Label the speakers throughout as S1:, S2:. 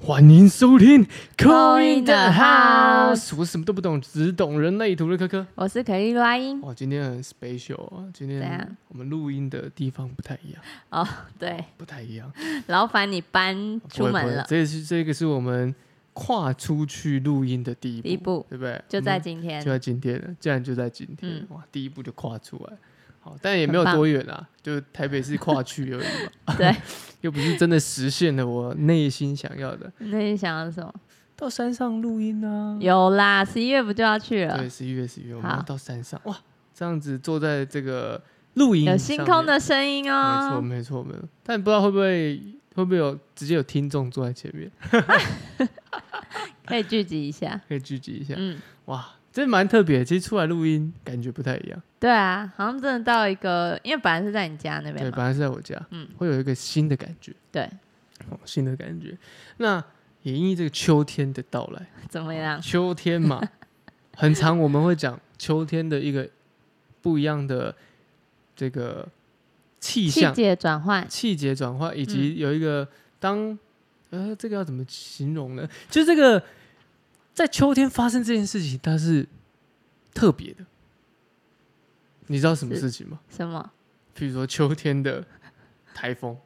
S1: 欢迎收听《
S2: Call
S1: Coin
S2: in
S1: the
S2: the
S1: House
S2: House》，
S1: 我什么都不懂，只懂人类图的科科。
S2: 我是可莉录音。
S1: 哇，今天很 special 啊！今
S2: 嗯怎
S1: 天
S2: 样
S1: 我们录音的地方不太一样，
S2: 对，
S1: 不太一样。
S2: 劳烦你搬
S1: 不
S2: 出
S1: 会
S2: 门
S1: 不会
S2: 了，
S1: 这是这个是我们跨出去录音的第一步，
S2: 第一步
S1: 对不对？
S2: 就在
S1: 今
S2: 今天
S1: 嗯就。在今天了，竟然就在今天，
S2: 嗯
S1: 哇，第一步就跨出来。好，但也没有
S2: 很棒
S1: 多远啦，就台北市跨区而已嘛，
S2: 对，
S1: 又不是真的实现了我内心想要的。
S2: 那你想要什么？
S1: 到山上录音啊，
S2: 有啦，十一月不就要去了
S1: 对，？十一月十一月，我们
S2: 啊好
S1: 要到山上哇，这样子坐在这个露营
S2: 有星空的声音
S1: 上面，没错
S2: 哦。
S1: 没错没错。但不知道会不会会不会有直接有听众坐在前面，
S2: 可以聚集一下。
S1: 可以聚集一下。
S2: 嗯，
S1: 哇，这蛮特别，其实出来录音感觉不太一样。
S2: 对啊，好像真的到一个，因为本来是在你家那边
S1: 对，
S2: 嘛。
S1: 本来是在我家，
S2: 嗯
S1: 会有一个新的感觉，
S2: 对，
S1: 哦，新的感觉。那也因为这个秋天的到来，
S2: 怎么样？
S1: 秋天嘛， 很长，我们会讲秋天的一个不一样的这个气
S2: 气
S1: 象。
S2: 节转换，
S1: 气节转换，以
S2: 嗯
S1: 及有一个当呃，这个要怎么形容呢？就是这个在秋天发生这件事情，它是特别的。你知道什么
S2: 是
S1: 事情吗？
S2: 什么？
S1: 比如说秋天的台风，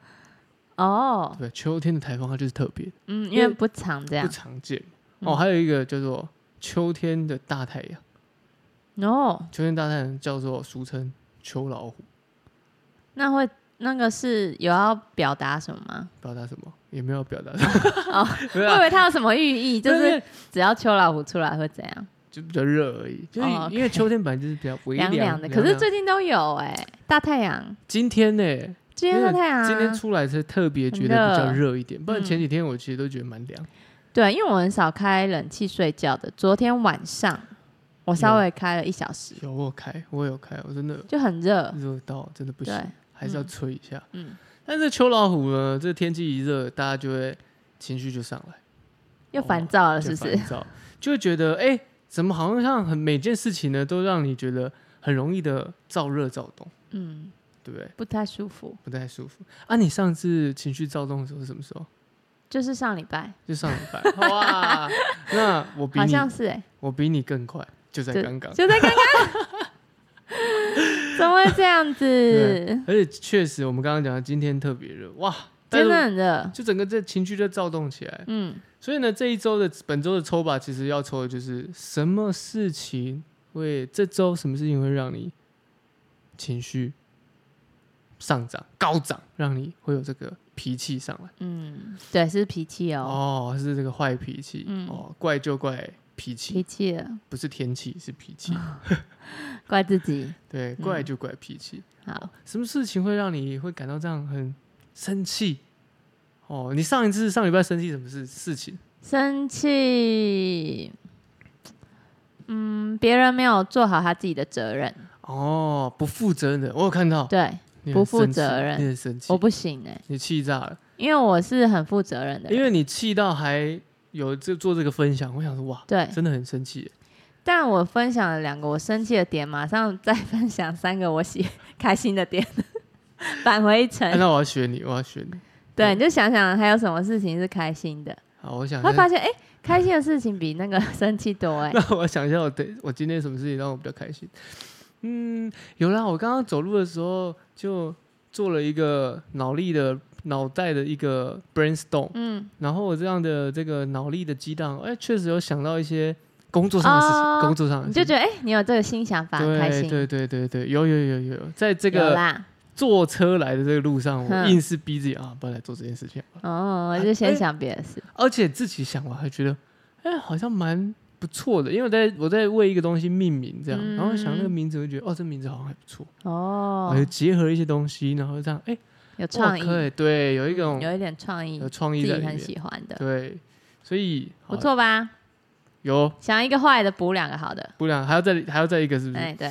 S2: 哦，
S1: 对，秋天的台风它就是特别的
S2: 嗯，
S1: 因
S2: 因
S1: 为
S2: 为不常这
S1: 不
S2: 样。
S1: 常见。
S2: 嗯
S1: 哦，还有一个叫做秋天的大太阳，
S2: 哦，
S1: 秋天大太阳叫做俗称秋老虎，
S2: 那会那个是有要表达什么吗？
S1: 表达什么？也没有表达
S2: 哦
S1: 没有
S2: 我
S1: 啊，
S2: 以为它有什么寓意，就
S1: 对
S2: 是只要秋老虎出来会怎样？
S1: 就比较热而已，就是
S2: 哦，OK
S1: 因为秋天本来就是比较微
S2: 凉
S1: 凉
S2: 凉的，可是
S1: 凉
S2: 最近都有哎、大太阳，
S1: 今天呢、
S2: 今天大太阳、啊，
S1: 今天出来才特别觉得比较热一点，不然前几天我其实都觉得蛮
S2: 嗯
S1: 凉。
S2: 对，因为我很少开冷气睡觉的，昨天晚上我稍微开了一小时，
S1: 有我有开，我有开，我真的
S2: 就很热，
S1: 热到真的不
S2: 对
S1: 行，，还是要吹一下。
S2: 嗯，
S1: 但是秋老虎呢，这天气一热，大家就会情绪就上来，
S2: 又烦躁啊了，是
S1: 哦就
S2: 不
S1: 烦
S2: 是？
S1: 躁，就会觉得哎、怎么好像很每件事情呢都让你觉得很容易的燥热躁动，
S2: 嗯，
S1: 对不对？
S2: 不太舒服，
S1: 不太舒服啊！你上次情绪躁动的时候是什么时候？
S2: 就是上礼拜
S1: 就上礼 拜哇！那我比
S2: 好
S1: 你嗯
S2: 像是哎、
S1: 我比你更快，就在
S2: 对
S1: 刚刚。
S2: 就在刚刚， 怎么会这样子？
S1: 而且确实，我们刚刚讲的今天特别热，哇，但是
S2: 真的很热，
S1: 就整个这情绪就躁动起来。
S2: 嗯，
S1: 所以呢，这一周的本周的抽吧，其实要抽的就是什么事情会这周什么事情会让你情绪上涨、高涨，让你会有这个脾气上来。
S2: 嗯，对，是脾气哦，
S1: 哦，是这个坏脾气，
S2: 嗯
S1: 哦，怪就怪脾气，
S2: 脾气了，
S1: 不是天气，是脾气。
S2: 怪自己。
S1: 对，怪就怪脾气。
S2: 好，
S1: 什么事情会让你会感到这样很生气？哦，你上一次上礼拜生气什么事事情？
S2: 生气，嗯，别人没有做好他自己的责任，
S1: 哦，不负责任的，我有看到，
S2: 对，
S1: 你很
S2: 不负
S1: 生气
S2: 责任
S1: 你很生气
S2: 我，不行哎、
S1: 你气炸了，
S2: 因为我是很负责任的
S1: 因
S2: 人，
S1: 为你气到还有这做这个分享，我想说哇，
S2: 对。
S1: 真的很生气耶，
S2: 但我分享了两个我生气的点，马上再分享三个我喜 开心的点，返回一
S1: 哎
S2: 层。
S1: 那我要嗯学你，我要学你。
S2: 对，你就想想还有什么事情是开心的，
S1: 好，我想
S2: 会
S1: 一
S2: 发
S1: 下，
S2: 现哎、诶开心的事情比那个生气多哎、
S1: 那我想一下，我对我今天什么事情让我比较开心？嗯，有啦，我刚刚走路的时候就做了一个脑力的脑袋的一个 brainstorm，
S2: 嗯，
S1: 然后我这样的这个脑力的激荡，哎，确实有想到一些工作上的事情，
S2: 哦
S1: 工作上的
S2: 你
S1: 事
S2: 就
S1: 情
S2: 觉得哎、诶你有这个新想法，很开心。
S1: 嗯对对对对对，有有有有有，在这
S2: 有
S1: 个
S2: 啦，
S1: 坐车来的这个路上，我
S2: 嗯
S1: 硬是逼自己啊，不要来做这件事情好了，
S2: 哦，我就
S1: 哎
S2: 先想别的事。
S1: 而且自己想完还觉得，哎，好像蛮不错的，因为我在我在为一个东西命名这样，
S2: 嗯
S1: 然后想那个名字，我就觉得哦，这名字好像还不错，
S2: 哦
S1: 我，就结合一些东西，然后这样，哎，
S2: 有
S1: 哇
S2: 创意，嗯
S1: 可以，对，有一种
S2: 有一点创意
S1: 有，创
S2: 自
S1: 意
S2: 己
S1: 在里
S2: 很
S1: 面，
S2: 喜欢的，
S1: 对，所以
S2: 不，
S1: 好
S2: 错吧？
S1: 有
S2: 想一个坏的补两个好的，
S1: 不然还要再还要再一个是不是？
S2: 哎对，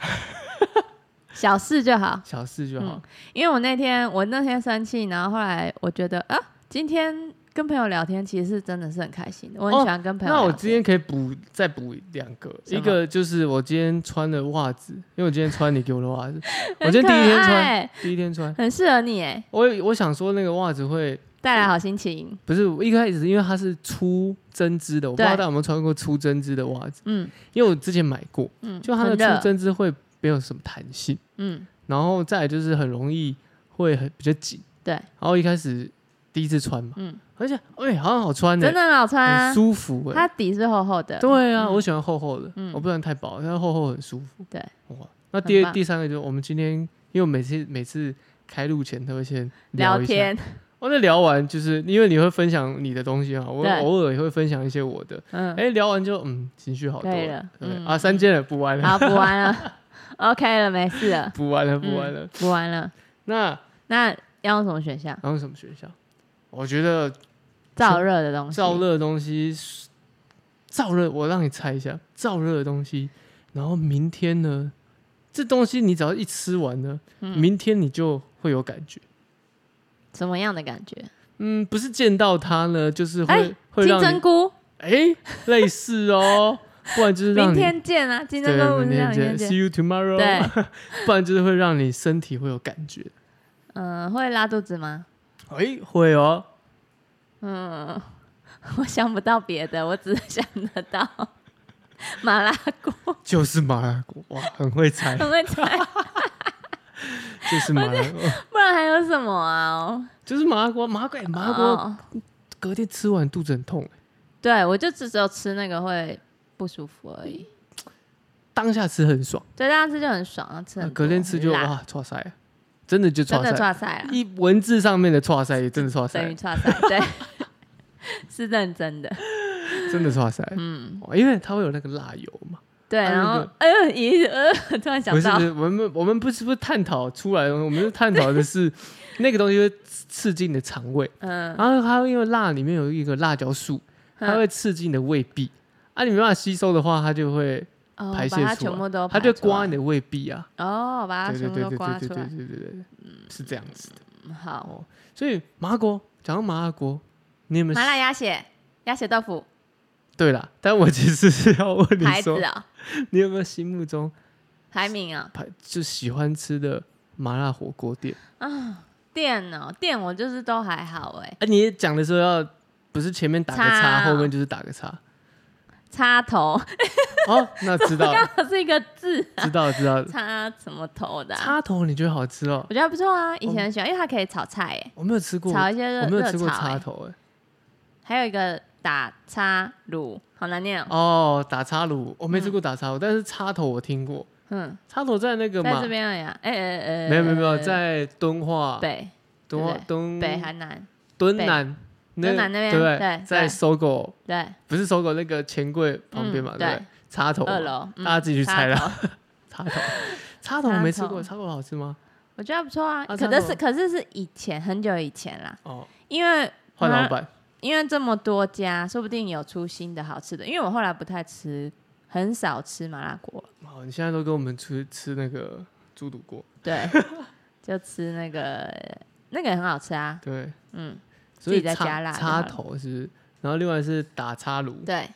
S2: 小事就好。
S1: 小事就好
S2: 嗯。因为我那天我那天生气，然后后来我觉得啊，今天跟朋友聊天其实是真的是很开心的，我很喜欢跟朋友
S1: 哦那
S2: 聊天。
S1: 我今天可以补再补两个，
S2: 什
S1: 一
S2: 么
S1: 个就是我今天穿的袜子，因为我今天穿你给我的袜子，我
S2: 很
S1: 今天第一天
S2: 可
S1: 穿，
S2: 爱，
S1: 第一天穿，
S2: 很适合你哎，
S1: 我我想说那个袜子会
S2: 带来好心情。
S1: 不是我一开始，因为它是粗针织的，我不知道大
S2: 对
S1: 家有没有穿过粗针织的袜子，
S2: 嗯
S1: 因为我之前买过，
S2: 嗯，
S1: 就它的
S2: 很热
S1: 粗针织会没有什么弹性，
S2: 嗯，
S1: 然后再来就是很容易会很比较紧，
S2: 对，
S1: 然后一开始第一次穿嘛，
S2: 嗯，
S1: 而且哎、好像好穿呢、
S2: 真的很好穿啊
S1: 很，舒服哎、
S2: 它底是厚厚的。
S1: 对啊，
S2: 嗯
S1: 我喜欢厚厚的，
S2: 嗯
S1: 我不喜欢太薄，但是厚厚很舒服。
S2: 对，
S1: 哇，那第
S2: 很
S1: 二
S2: 棒
S1: 第三个就是我们今天，因为我每次每次开录前都会先
S2: 聊
S1: 一下，
S2: 天，
S1: 我在聊完就是因为你会分享你的东西哈，我
S2: 对
S1: 偶尔也会分享一些我的，
S2: 嗯，
S1: 哎、聊完就嗯情绪好多
S2: 对了
S1: 对
S2: 嗯
S1: 啊，三件了，补完了，
S2: 好，补完了，OK 了，没事了，
S1: 补完了，补
S2: 嗯
S1: 完了。
S2: 补完了。
S1: 那
S2: 那要用什么选项？
S1: 然后什么学校？我觉得
S2: 燥热的东西，
S1: 燥热的东西，燥热，我让你猜一下，燥热的东西。然后明天呢，这东西你只要一吃完呢，
S2: 嗯
S1: 明天你就会有感觉。
S2: 什么样的感觉？
S1: 嗯，不是见到它呢，就是会、
S2: 哎
S1: 会
S2: 金
S1: 让
S2: 针
S1: 你
S2: 菇，
S1: 哎、类似哦，不然就是让
S2: 明
S1: 你
S2: 天见啊！金针菇
S1: 对
S2: 不
S1: 明
S2: 是让
S1: 天
S2: 明天
S1: 见
S2: 见？
S1: ，See you tomorrow。
S2: 对，
S1: 不然就是会让你身体会有感觉。
S2: 嗯，会拉肚子吗？
S1: 哎、会哦，
S2: 嗯，我想不到别的，我只是想得到麻辣锅，
S1: 就是麻辣锅，哇，很会 猜，
S2: 很会猜，
S1: 就是麻辣锅。
S2: 不然还有什么啊？哦
S1: 就是麻辣锅，麻辣锅，欸麻辣锅
S2: 哦
S1: 隔天吃完肚子很痛欸、
S2: 对我就只只有吃那个会不舒服而已。
S1: 当下吃很爽，
S2: 对，大家吃就很爽，然后吃很多
S1: 啊隔天吃就
S2: 很辣
S1: 哇，错塞，真的就
S2: 真
S1: 错
S2: 的
S1: 塞，
S2: 抓啊塞了，
S1: 一文字上面的错塞也真的错
S2: 等于
S1: 塞，
S2: 抓塞，对， 是认真的。
S1: 真的错塞，
S2: 嗯，
S1: 哦因为它会有那个辣油嘛。
S2: 对，
S1: 啊
S2: 然
S1: 那
S2: 后
S1: 个
S2: 呃，咦呃，突然
S1: 不
S2: 想
S1: 是，
S2: 到
S1: 不，是我们我们不是不是探讨出来的东西，我们是探讨的 是那个东西会刺激你的肠胃，
S2: 嗯，
S1: 然后它因为辣里面有一个辣椒素，它会刺激你的胃壁，啊，你没办法吸收的话，它就会
S2: 哦
S1: 排泄
S2: 把它
S1: 出来
S2: 全部都
S1: 它
S2: 排
S1: 就
S2: 出来
S1: 刮你的胃壁啊，
S2: 哦，把它
S1: 对对
S2: 全部
S1: 对
S2: 都
S1: 对
S2: 刮
S1: 对对
S2: 出
S1: 对
S2: 来。
S1: 对对对，是这样子的。哦
S2: 嗯好，
S1: 所以麻辣锅，讲到麻辣锅，你有没有？
S2: 麻辣鸭血、鸭血豆腐
S1: 对啦，但我其实是要问你
S2: 牌
S1: 说
S2: 子，啊，
S1: 你有没有心目中
S2: 排名啊
S1: 排就喜欢吃的麻辣火锅店？
S2: 啊，店哦，店我就是都还好哎，
S1: 哎、你讲的时候要不是前面打个叉，
S2: 叉哦
S1: 后面就是打个叉。
S2: 插头，
S1: 哦，那知道
S2: 刚
S1: 了，
S2: 好是一个字，
S1: 知道了，知道了。
S2: 插什么头的啊？
S1: 插头你觉得好吃哦？
S2: 我觉得还不错啊，以前很喜欢，因为它可以炒菜哎，
S1: 我没有吃过，
S2: 炒一些热
S1: 我没有
S2: 热
S1: 吃过
S2: 炒
S1: 插
S2: 哎，
S1: 头哎、
S2: 还有一个打叉卤，好难念哦，
S1: 哦，打叉炉我没吃过打叉炉，但是插头我听过。
S2: 嗯，
S1: 插头在那个
S2: 在
S1: 嘛
S2: 这，边而已啊，哎哎哎，
S1: 没有没有没有，在嗯敦化
S2: 北
S1: 敦化
S2: 对不对
S1: 敦
S2: 北还南，
S1: 敦
S2: 北
S1: 南那
S2: 敦南那边
S1: 对不对
S2: 对
S1: 在
S2: 对
S1: 搜狗
S2: 对，
S1: 不是搜狗那个钱柜旁边嘛，
S2: 嗯
S1: 对不对
S2: 对？
S1: 插头嘛啊
S2: 二，楼，嗯
S1: 大家自己去猜啦。
S2: 插头
S1: 插头，插头我没吃过，插头好吃吗？
S2: 我觉得还不错啊，
S1: 啊
S2: 可
S1: 真的
S2: 是是可是是以前很久以前啦，
S1: 哦，
S2: 因为
S1: 换老板
S2: 因为这么多家，说不定有出新的好吃的。因为我后来不太吃，很少吃麻辣锅了，
S1: 好，哦你现在都跟我们吃吃那个猪肚锅，
S2: 对， 就吃那个那个也很好吃啊，
S1: 对，
S2: 嗯，
S1: 所以
S2: 自己再加
S1: 插
S2: 辣就
S1: 插
S2: 好了
S1: 头是，然后另外是打插炉，
S2: 对，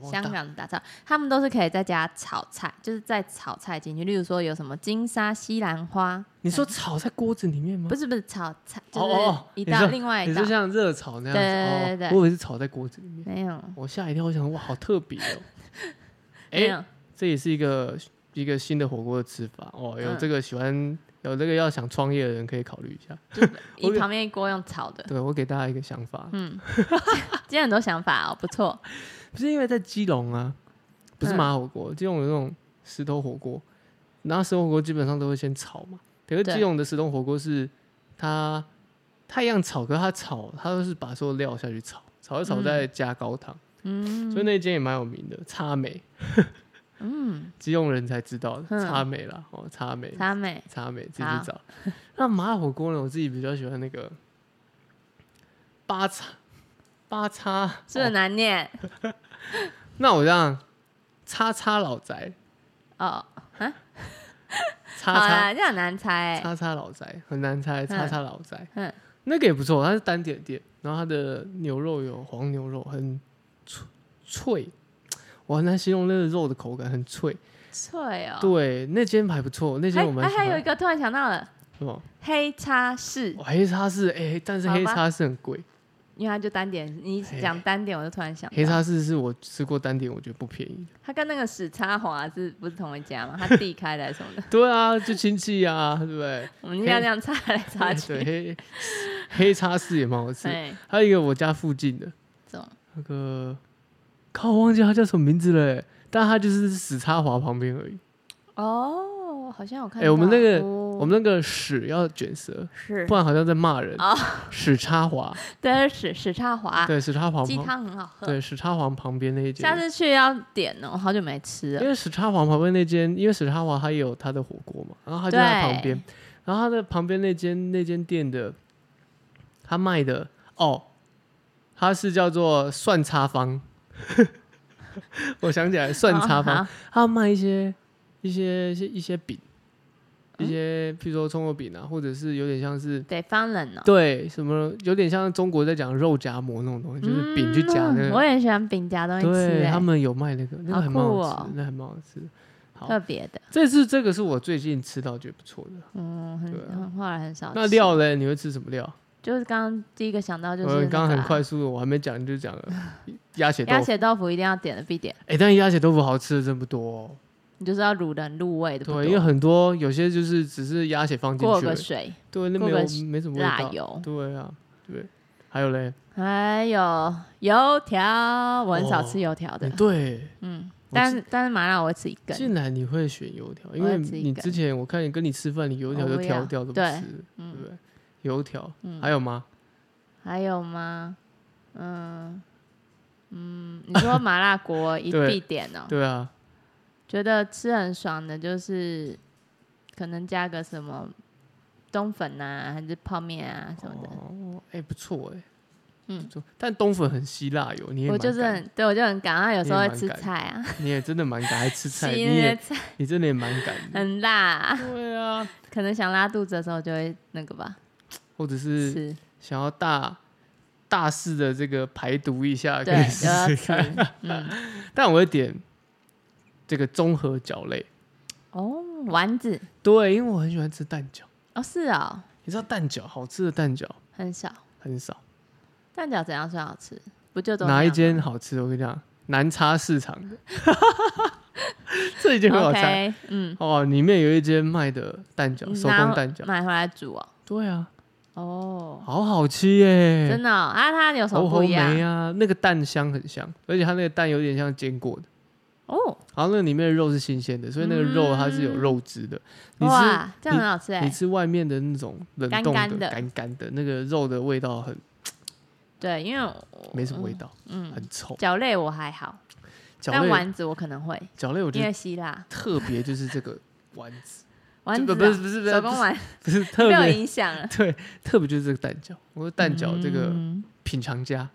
S1: 哇
S2: 香
S1: 打
S2: 港的打造，他们都是可以在家炒菜，就是在炒菜进去，例如说有什么金沙西兰花，
S1: 你说炒在锅子里面吗
S2: 嗯不？是不是炒菜，就
S1: 哦哦
S2: 是
S1: 哦
S2: 一
S1: 你
S2: 道
S1: 说
S2: 另外
S1: 你
S2: 一道
S1: 说，像热炒那样
S2: 对对
S1: 子
S2: 对
S1: 哦，
S2: 对
S1: 我以为是炒在锅子里面，
S2: 没有
S1: 我吓一跳，我想哇，好特别哦， 哎，
S2: 没有，
S1: 这也是一个一个新的火锅的吃法哦。有
S2: 嗯
S1: 这个喜欢有这个要想创业的人可以考虑一下。我
S2: 一
S1: 给
S2: 旁边一锅用炒的，
S1: 对我给大家一个想法，
S2: 嗯，今天很多想法哦，不错，
S1: 不是因为在基隆啊，不是
S2: 嗯
S1: 麻辣火锅，基隆有那种石头火锅，然后石头火锅基本上都会先炒嘛。可是
S2: 对
S1: 基隆的石头火锅是它它一样炒，可是它炒它都是把所有料下去炒，炒一炒
S2: 嗯
S1: 再加高汤，
S2: 嗯
S1: 所以那间也蛮有名的，叉美，
S2: 嗯，
S1: 基隆人才知道的，
S2: 嗯
S1: 叉美啦，哦，叉美，
S2: 他美，
S1: 茶美自己
S2: 好
S1: 去找。那麻辣火锅呢？我自己比较喜欢那个八叉八叉，
S2: 是不是很
S1: 哦
S2: 难念？
S1: 那我让叉叉老宅，
S2: 哦，
S1: 叉
S2: 好
S1: 叉
S2: 啦，这样很难猜欸。
S1: 叉叉老宅很难猜，叉叉老宅，
S2: 嗯
S1: 那个也不错，它是单点店，然后它的牛肉有黄牛肉，很脆脆，我很难形容那个肉的口感，很脆。
S2: 脆哦。
S1: 对，那间还不错，那
S2: 还
S1: 间我蛮喜
S2: 还还有一
S1: 欢。
S2: 个突然想到了，
S1: 什么？
S2: 黑叉式，
S1: 哦、黑叉是哎、但是
S2: 好吧
S1: 黑叉是很贵，
S2: 因为它就单点，你一
S1: 嘿
S2: 讲单点，我就突然想到，
S1: 黑叉是是我吃过单点，我觉得不便宜的。
S2: 它跟那个史叉华是不是同一家吗？它弟开的还是 什么的？
S1: 对啊，就亲戚啊，对不对？
S2: 我们家这样插来插
S1: 对，
S2: 去，
S1: 黑 黑叉是也蛮好吃。
S2: 哎，
S1: 还有一个我家附近的
S2: 这种
S1: 那个，靠，我忘记它叫什么名字了欸，但它就是史插华旁边而已。
S2: 哦，好像我看到，
S1: 哎我们那个
S2: 哦
S1: 我们那个屎要卷舌，
S2: 是
S1: 不然好像在骂人
S2: 哦。
S1: 史插华，
S2: 对史史叉华
S1: 对，史插华
S2: 鸡
S1: 旁，
S2: 汤很好喝，
S1: 对，史插华旁边那一
S2: 下
S1: 间。
S2: 次去要点哦，我好久没吃
S1: 因
S2: 了。
S1: 为史插华旁边那间，因为史插华它也有它的火锅嘛，然后它就在
S2: 对
S1: 旁边，然后它的旁边那间那间店的，它卖的哦，它是叫做蒜茶坊， 我想起来蒜茶坊，
S2: 哦好好
S1: 他卖一些一些一些一些饼，一
S2: 嗯
S1: 些譬如说葱油饼啊，或者是有点像是
S2: 北方人哦，
S1: 对什么，有点像中国在讲肉夹馍那种东西，就是饼去夹那
S2: 嗯我
S1: 个。
S2: 也喜欢饼夹东西吃，
S1: 对
S2: 哎
S1: 他们有卖那个，那个
S2: 好
S1: 很蛮
S2: 酷
S1: 好
S2: 哦
S1: 吃，那很蛮好吃。好
S2: 特，别的，
S1: 这次这个是我最近吃到觉得不错的。
S2: 嗯，很
S1: 对啊
S2: 很后来很少吃。
S1: 那料嘞，你会吃什么料？
S2: 就是刚刚第一个想到就是
S1: 我
S2: 那
S1: 刚刚
S2: 个
S1: 很
S2: 啊
S1: 快速的，我还没讲你就讲 了鸭血豆
S2: 鸭
S1: 腐。
S2: 血豆腐一定要点的必点，
S1: 哎，但鸭血豆腐好吃的真不多哦。
S2: 你就是要卤的入味的，不
S1: 对，因为
S2: 多
S1: 很多有些就是只是鸭血放进
S2: 过
S1: 去
S2: 个
S1: 而已，
S2: 水，
S1: 对，那
S2: 过
S1: 没
S2: 个
S1: 有没什么味
S2: 辣
S1: 道。
S2: 油，
S1: 对啊，对，还有嘞，
S2: 还有油条，我很少
S1: 哦
S2: 吃油条的，
S1: 对，
S2: 嗯，
S1: 我
S2: 但但是麻辣我会吃一根，
S1: 竟然你会选油条，因
S2: 我
S1: 为
S2: 要吃一
S1: 你
S2: 根
S1: 之前我看你跟你吃饭，你油条
S2: 我
S1: 就
S2: 不
S1: 挑
S2: 要
S1: 掉都不
S2: 对
S1: 吃，对不
S2: 嗯，
S1: 对？油条
S2: 嗯
S1: 还有吗？
S2: 还有吗？嗯嗯，你说麻辣锅一
S1: 对
S2: 必点哦，
S1: 对啊，
S2: 觉得吃很爽的，就是可能加个什么冬粉啊，还是泡面啊什么的。
S1: 哦，哎，不错哎，
S2: 嗯
S1: 不错，但冬粉很吸辣油，你也
S2: 我
S1: 蛮
S2: 就是
S1: 敢
S2: 很对我就很赶，然后有时候
S1: 你
S2: 会
S1: 也蛮
S2: 吃
S1: 敢
S2: 菜啊，
S1: 你也真的蛮敢爱吃 菜， 你
S2: 吸那些
S1: 也
S2: 菜
S1: 你真的也蛮敢的，
S2: 很辣啊、
S1: 对啊，
S2: 可能想拉肚子的时候就会那个吧，
S1: 或者是
S2: 吃
S1: 想要大大肆的这个排毒一下，可
S2: 对啊
S1: 以试
S2: 就要
S1: 试
S2: 吃
S1: 看。，
S2: 嗯，
S1: 但我会点这个综合饺类，
S2: 哦，丸子
S1: 对，因为我很喜欢吃蛋饺。
S2: 哦是哦，
S1: 你知道蛋饺好吃的蛋饺
S2: 很少
S1: 很少，
S2: 蛋饺怎样算好吃？不就都
S1: 哪一
S2: 样啊
S1: 间
S2: 吗
S1: 好吃？我跟你讲，南叉市场 的，这一间很好猜
S2: OK，嗯，
S1: 哦。里面有一间卖的蛋饺，手
S2: 拿
S1: 工蛋饺，
S2: 买回来煮哦，
S1: 对啊，
S2: 哦，
S1: 好好吃耶，
S2: 真的哦啊，它有什么
S1: 红
S2: 不
S1: 红
S2: 一样？
S1: 梅啊，那个蛋香很香，而且它那个蛋有点像煎过的，
S2: 哦，
S1: 然后那里面的肉是新鲜的，所以那个肉它是有
S2: 嗯
S1: 肉汁的。你吃
S2: 哇，这样很好吃
S1: 你
S2: 哎，
S1: 吃外面的那种冷冻
S2: 干干
S1: 的
S2: 的
S1: 干干的那个肉的味道很
S2: 对，因为我
S1: 没什么味，道，
S2: 嗯，嗯
S1: 很臭。
S2: 饺类我还好，
S1: 饺
S2: 但
S1: 类
S2: 丸子我可能会，
S1: 饺类我觉
S2: 因
S1: 得
S2: 为希腊
S1: 特别就是这个丸子，
S2: 丸
S1: 不
S2: 子
S1: 不是
S2: 哦
S1: 不是不是
S2: 手工丸
S1: 不是特
S2: 被我
S1: 别
S2: 影响了，
S1: 对，特别就是这个蛋饺。我说蛋饺这个
S2: 嗯
S1: 品尝家，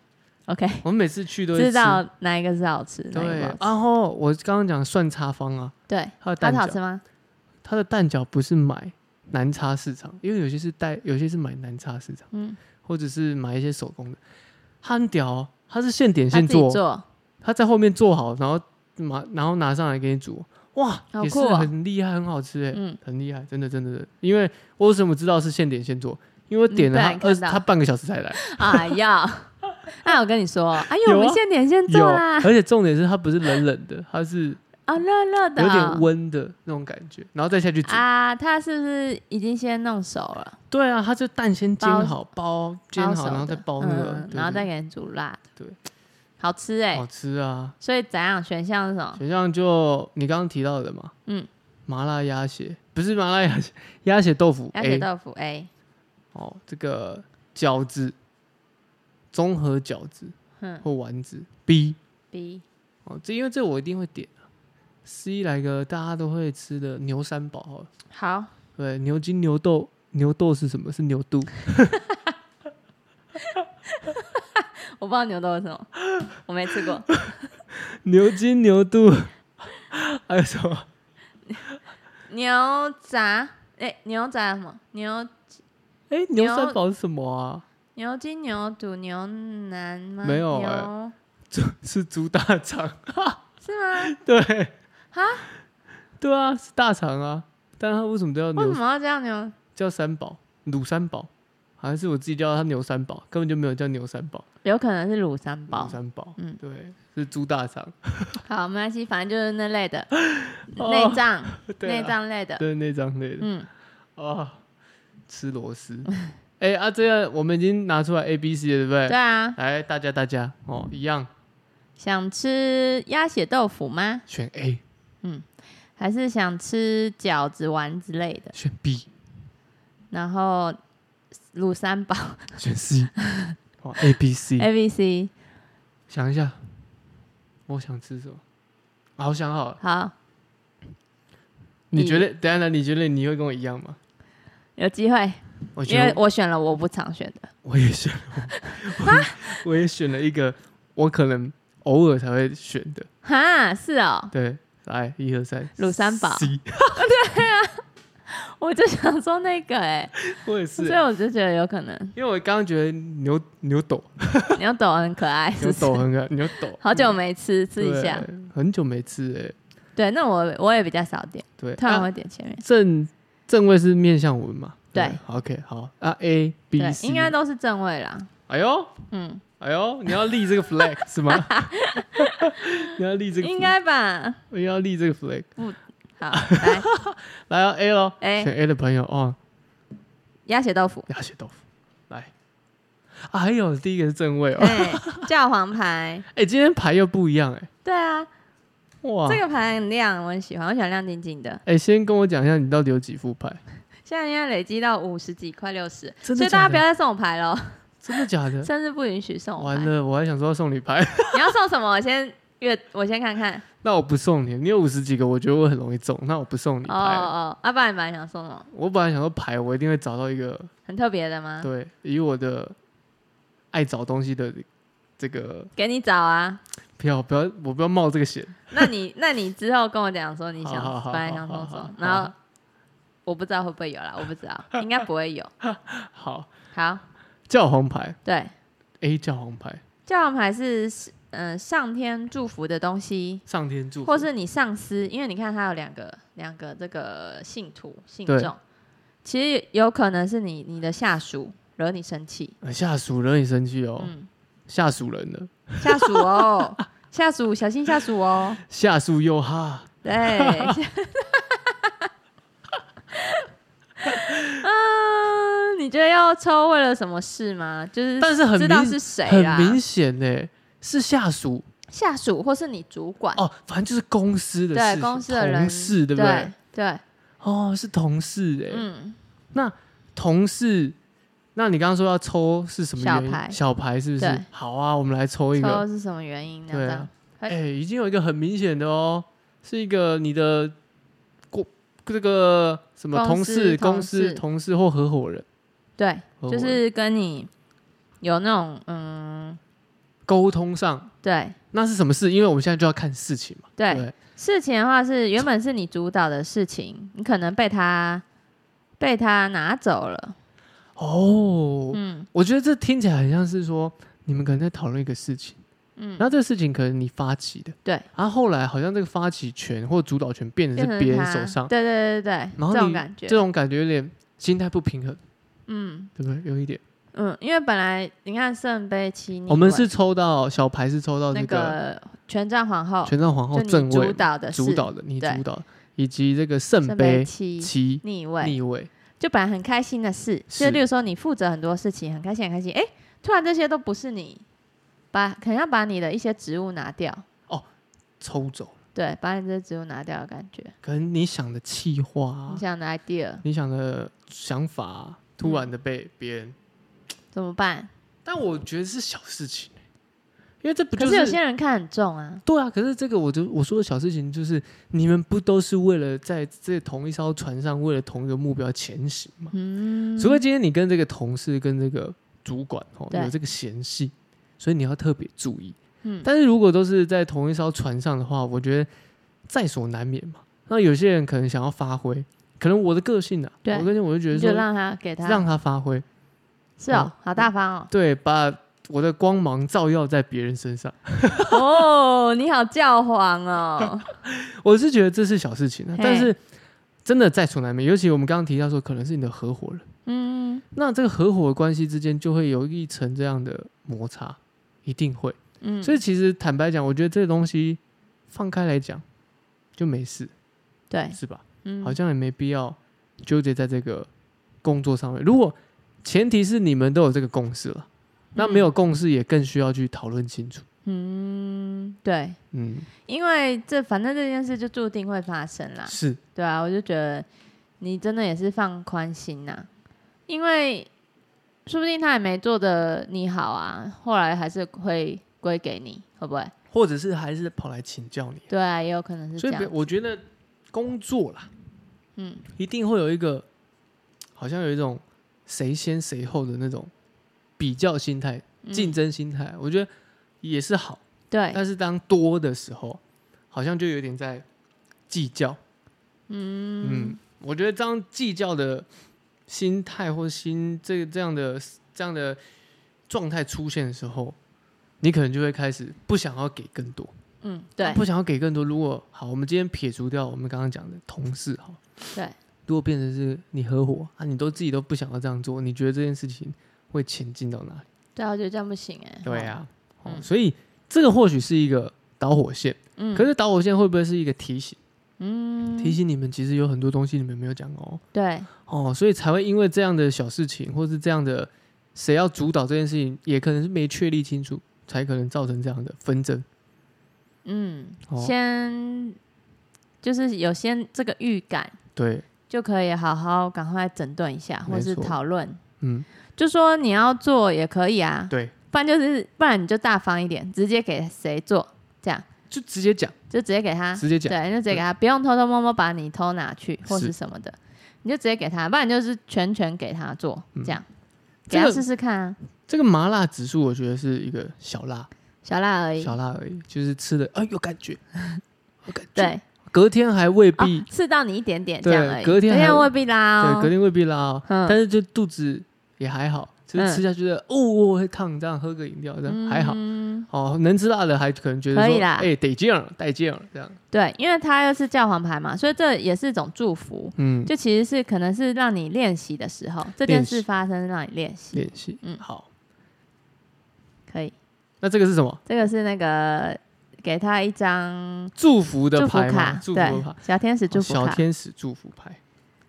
S2: OK。
S1: 我们每次去都会
S2: 知
S1: 吃。
S2: 道哪一个是好吃，哪一
S1: 对
S2: 个，不好吃
S1: 然后我刚刚讲蒜茶坊啊，
S2: 对，
S1: 它的
S2: 它
S1: 蛋
S2: 好吃
S1: 饺，
S2: 吗？
S1: 它的蛋饺不是买南叉市场，因为有些是带，有些是买南叉市场，
S2: 嗯，
S1: 或者是买一些手工的。它很屌、哦，它是现点
S2: 他自
S1: 现
S2: 己
S1: 做哦，
S2: 做，
S1: 他在后面做好，然后拿然后拿上来给你煮，哇，
S2: 好
S1: 也是
S2: 酷哦
S1: 很厉害，很好吃哎、
S2: 嗯，
S1: 很厉害，真的真的真的。因为我为什么知道是现点现做？因为我点了
S2: 嗯
S1: 他
S2: 不
S1: 二
S2: 然
S1: 十，
S2: 看到
S1: 他半个小时才来，
S2: 哎 呀，那我跟你说，哎
S1: 有啊
S2: 呦，我们现点现
S1: 有
S2: 做，啦，
S1: 而且重点是它不是冷冷的，它是
S2: 哦，热热
S1: 有
S2: 的
S1: 点
S2: 哦，
S1: 温的那种感觉，然后再下去煮。
S2: 啊，它是不是已经先弄熟了，
S1: 对啊，它就蛋先煎
S2: 包
S1: 好，包煎
S2: 包
S1: 好，
S2: 熟
S1: 然后再
S2: 的
S1: 包那个
S2: 嗯，
S1: 对
S2: 然后再
S1: 对
S2: 给你煮辣的，
S1: 对，
S2: 好吃哎
S1: 好，吃啊。
S2: 所以怎样选项是什么？
S1: 选项就你刚刚提到的嘛，
S2: 哦嗯，
S1: 麻辣鸭血不是麻辣鸭血，鸭血豆腐
S2: 鸭
S1: A
S2: 血豆腐 A，
S1: 哦，这个饺子，综合饺子
S2: 哼
S1: 或丸子 B
S2: ，B，
S1: 哦，这因为这我一定会点啊。C 来个大家都会吃的牛三宝好了，
S2: 好，
S1: 对，牛筋、牛豆、牛豆是什么？是牛肚，
S2: 我不知道牛豆是什么， 我没吃过，
S1: 牛筋、牛肚， 还有什么？
S2: 牛杂，哎，牛杂是什么？牛
S1: 哎、
S2: 牛
S1: 牛三宝是什么啊？
S2: 牛筋、牛肚、牛腩吗？
S1: 没有哎
S2: 牛
S1: 是猪大肠，
S2: 是吗？
S1: 对，
S2: 啊，
S1: 对啊，是大肠啊，但它为什么都要
S2: 为
S1: 牛
S2: 什？么要这样牛？
S1: 叫三宝、卤三宝，好像是我自己叫它牛三宝，根本就没有叫牛三宝，
S2: 有可能是乳三
S1: 卤
S2: 包。
S1: 三宝，
S2: 嗯
S1: 对，是猪大肠，
S2: 好，没关系，反正就是那类的
S1: 哦
S2: 内脏、
S1: 对
S2: 内
S1: 啊，
S2: 脏类的。
S1: 对内脏类的，
S2: 嗯，
S1: 啊，吃螺丝。 哎、啊，这样我们已经拿出来 A、B、C 了，对不对？
S2: 对啊，
S1: 来，大家大家哦，一样
S2: 想吃鸭血豆腐吗？
S1: 选 A，
S2: 还是想吃饺子丸之类的？
S1: 选 B，
S2: 然后乳三宝
S1: 选 C，哦，A、B、C，
S2: A B C，
S1: 想一下，我想吃什么？好，我想好了。
S2: 好，
S1: 你
S2: 你
S1: 觉得？等一下呢？你觉得你会跟我一样吗？
S2: 有机会，
S1: 我
S2: 因
S1: 觉
S2: 为
S1: 得
S2: 我选了我不常选的。
S1: 我也选了，我 我也选了一个我可能偶尔才会选的。
S2: 哈，是哦，
S1: 对，来一和三，
S2: 卤三宝
S1: C，
S2: 我就想说那个哎、
S1: 我也
S2: 所
S1: 是
S2: 以，我就觉得有可能
S1: 因为我刚刚觉得牛牛斗
S2: 牛斗很可爱，是
S1: 牛
S2: 不是
S1: 斗很可 爱，牛斗
S2: 好久没吃，吃一下。
S1: 对，很久没吃哎、
S2: 对，那我我也比较少点，
S1: 对，
S2: 通常
S1: 啊
S2: 会点前面。
S1: 正正位是面向文嘛？
S2: 对
S1: ，OK，好啊，A B
S2: 对，
S1: C，
S2: 应该都是正位啦。
S1: 哎呦
S2: 嗯，
S1: 哎呦，你要立这个 flag 是吗？ 你要立这个，
S2: 应该吧。
S1: 我要立这个 flag。
S2: 好，来
S1: 来啊，A 咯，
S2: A
S1: 选 A 的朋友哦，
S2: 鸭血豆腐，
S1: 鸭血豆腐，来。啊，还有第一个是正位哦，
S2: 哎，教皇牌，
S1: 哎，今天牌又不一样哎，
S2: 对啊，
S1: 哇，
S2: 这个牌很亮，我很喜欢，我喜欢亮晶晶的。
S1: 哎，先跟我讲一下你到底有几副牌，
S2: 现在应该累积到五十几，快六十，
S1: 真的
S2: 所以
S1: 假
S2: 大家
S1: 的
S2: 不要再送我牌喽，
S1: 真的假的？
S2: 生日不允许送我
S1: 完
S2: 牌。
S1: 了，我还想说要送你牌，
S2: 你要送什么？我先阅，我先看看。
S1: 那我不送你，你有五十几个，我觉得我很容易中，那我不送你
S2: 哦
S1: 牌了。
S2: 哦，阿爸，不然你本来想送什么？
S1: 我本来想说牌，我一定会找到一个
S2: 很特别的吗？
S1: 对，以我的爱找东西的这个，
S2: 给你 找啊。
S1: 不要不要，我不要冒这个险。
S2: 那你那你之后跟我讲说你想
S1: 好好好
S2: 本来想送什
S1: 好好
S2: 么
S1: 好，
S2: 然后我不知道会不会 有啦，我不知道，应该不会有。
S1: 好，
S2: 好，
S1: 教皇牌
S2: 对，
S1: A 教皇牌，
S2: 教皇牌是嗯、呃上天祝福的东西，
S1: 上天祝福，
S2: 或是你上司，因为你看他有两个两个这个信徒信
S1: 对
S2: 众，其实有可能是你你的下属惹你生气，
S1: 呃下属惹你生气哦，
S2: 嗯，
S1: 下属人了，
S2: 下 属哦，下属小心下属哦，
S1: 下属又哈，
S2: 对，啊，嗯你觉得要抽为了什么事吗？就是
S1: 但是很
S2: 知道
S1: 明
S2: 是谁啊
S1: 很
S2: 啦，
S1: 明显呢，是下属
S2: 下属或是你主管，
S1: 哦，反正就是公司的
S2: 哎对
S1: 事
S2: 公
S1: 情
S2: 司的人
S1: 同事对不对
S2: 对？对，
S1: 哦，是同事哎，
S2: 嗯，
S1: 同事。那你刚刚说要抽是什么
S2: 小
S1: 原因？
S2: 牌
S1: 小牌是不是
S2: 对？
S1: 好啊，我们来抽一个。
S2: 抽是什么原因呢？
S1: 对
S2: 这
S1: 啊
S2: 样
S1: 哎、
S2: 哎
S1: 已经有一个很明显的哦，是一个你的过这个什么同
S2: 公
S1: 事、
S2: 司
S1: 公
S2: 同
S1: 司、
S2: 事
S1: 同事或合伙人，
S2: 对，
S1: 合伙
S2: 就
S1: 人
S2: 是跟你有那种嗯，
S1: 沟通上
S2: 对
S1: 那是什么事？因为我们现在就要看事情嘛。
S2: 对
S1: 对，
S2: 事情的话是原本是你主导的事情，你可能被他被他拿走了，
S1: 哦，
S2: 嗯
S1: 我觉得这听起来很像是说你们可能在讨论一个事情，
S2: 嗯
S1: 然，后这个事情可能你发起的，
S2: 对，
S1: 然后后来好像这个发起权或主导权变成
S2: 变
S1: 是
S2: 成
S1: 别人
S2: 他
S1: 手上，
S2: 对对对对
S1: 然后
S2: 对，这种
S1: 你
S2: 感觉，
S1: 这种感觉有点心态不平衡，
S2: 嗯
S1: 对不对？有一点，
S2: 嗯，因为本来你看圣杯七逆位，
S1: 我们是抽到小牌，是抽到
S2: 嗯那
S1: 这个
S2: 个权杖皇后，
S1: 权杖皇后
S2: 就
S1: 正
S2: 你
S1: 位
S2: 主导的
S1: 主
S2: 是
S1: 导的，你
S2: 对
S1: 主导的，以及这个圣
S2: 圣
S1: 杯
S2: 七
S1: 七
S2: 逆位，
S1: 逆位，
S2: 就本来很开心的事，
S1: 是
S2: 就例如说你负责很多事情，很开心很开心，哎，突然这些都不是你，把可能要把你的一些职务拿掉。
S1: 抽走，
S2: 对，把你这植物拿掉的感觉，
S1: 可能你想的气话啊
S2: 你，想的 idea
S1: 你想的想法啊，突然的被别人，
S2: 怎么办？
S1: 但我觉得是小事情欸，因为这不
S2: 可
S1: 就是
S2: 有些人看很重啊，
S1: 对啊，可是这个我就我说的小事情，就是你们不都是为了在这同一艘船上，为了同一个目标前行吗？
S2: 嗯，
S1: 除非今天你跟这个同事、跟这个主管哦
S2: 对
S1: 有这个嫌隙，所以你要特别注意。
S2: 嗯
S1: 但是如果都是在同一艘船上的话，我觉得在所难免嘛。那有些人可能想要发挥，可能我的个性啊，
S2: 对
S1: 我个性我就觉
S2: 你
S1: 得
S2: 就
S1: 说
S2: 让他给他，
S1: 让他发挥，
S2: 是哦，好大方 哦，
S1: 对，把我的光芒照耀在别人身上。
S2: 哦，你好教皇哦，
S1: 我是觉得这是小事情啊，
S2: 嘿
S1: 但是真的在所难免。尤其我们刚刚提到说，可能是你的合伙人，
S2: 嗯
S1: 那这个合伙的关系之间就会有一层这样的摩擦，一定会。
S2: 嗯，
S1: 所以其实坦白讲，我觉得这个东西放开来讲就没事，
S2: 对，
S1: 是吧？
S2: 嗯，
S1: 好像也没必要纠结在这个工作上面。如果前提是你们都有这个共识了，那没有共识也更需要去讨论清楚。
S2: 嗯，对，
S1: 嗯，
S2: 因为这反正这件事就注定会发生啦，
S1: 是
S2: 对啊，我就觉得你真的也是放宽心呐、因为说不定他也没做的你好啊，后来还是会归给你，会不会？
S1: 或者是还是跑来请教你。
S2: 对啊，也有可能是
S1: 所
S2: 这
S1: 以不
S2: 样
S1: 要，，我觉得工作啦，
S2: 嗯，
S1: 一定会有一个好像有一种谁先谁后的那种比较心态、
S2: 嗯
S1: 竞争心态，我觉得也是好。
S2: 对，
S1: 但是当多的时候，好像就有点在计较。嗯我觉得这样计较的心态或心这这样的这样的状态出现的时候，你可能就会开始不想要给更多。
S2: 嗯，对，
S1: 不想要给更多。如果好，我们今天撇除掉我们刚刚讲的同事哈，
S2: 对，
S1: 如果变成是你合伙啊，你都自己都不想要这样做，你觉得这件事情会前进到哪里？
S2: 对啊，我觉得这样不行哎、
S1: 对啊，哦
S2: 嗯
S1: 所以这个或许是一个导火线，
S2: 嗯
S1: 可是导火线会不会是一个提醒？
S2: 嗯，
S1: 提醒你们，其实有很多东西你们没有讲哦，
S2: 对，
S1: 哦，所以才会因为这样的小事情，或是这样的谁要主导这件事情，也可能是没确立清楚，才可能造成这样的纷争。
S2: 嗯，
S1: 哦
S2: 先就是有先这个预感，
S1: 对，
S2: 就可以好好赶快整顿一下，
S1: 没
S2: 或是
S1: 错
S2: 讨论，
S1: 嗯，
S2: 就说你要做也可以啊，
S1: 对，
S2: 不然就是不然你就大方一点，直接给谁做，这样
S1: 就直接讲，
S2: 就直接给他，
S1: 直接讲，
S2: 对，你就直接给他，不用偷偷摸摸把你偷拿去或
S1: 嗯是
S2: 是什么的，你就直接给他，不然就是全权给他做，
S1: 嗯
S2: 这样
S1: 这
S2: 给他
S1: 个
S2: 试试看啊，
S1: 这个麻辣指数，我觉得是一个小辣，
S2: 小辣而已，
S1: 小辣而已，就是吃的哎有感觉，有感觉。，
S2: 对，
S1: 隔天还未
S2: 哦
S1: 必，，
S2: 刺到你一点点这
S1: 对
S2: 样而已，
S1: 隔天还
S2: 未必啦哦，
S1: 对，隔天未必拉、哦，
S2: 嗯
S1: 但是就肚子也还好，就是
S2: 嗯
S1: 吃下去的、哦，我会烫，这样喝个饮料这样、还好。
S2: 嗯
S1: 哦，能吃辣的还可能觉得
S2: 可以
S1: 说，
S2: 啦
S1: 哎，得劲儿，带劲儿这样。
S2: 对，因为他又是教皇牌嘛，所以这也是一种祝福，
S1: 嗯，
S2: 就其实是可能是让你练习的时候，这件事发生让你练习，
S1: 练习，嗯，
S2: 嗯
S1: 好。
S2: 可以。
S1: 那这个是什么？
S2: 这个是那个给他一张
S1: 祝福的
S2: 祝福
S1: 牌
S2: 卡
S1: 嘛，，祝福
S2: 对
S1: 牌，，
S2: 小天使祝福
S1: 哦小
S2: 卡，
S1: 天使祝福牌。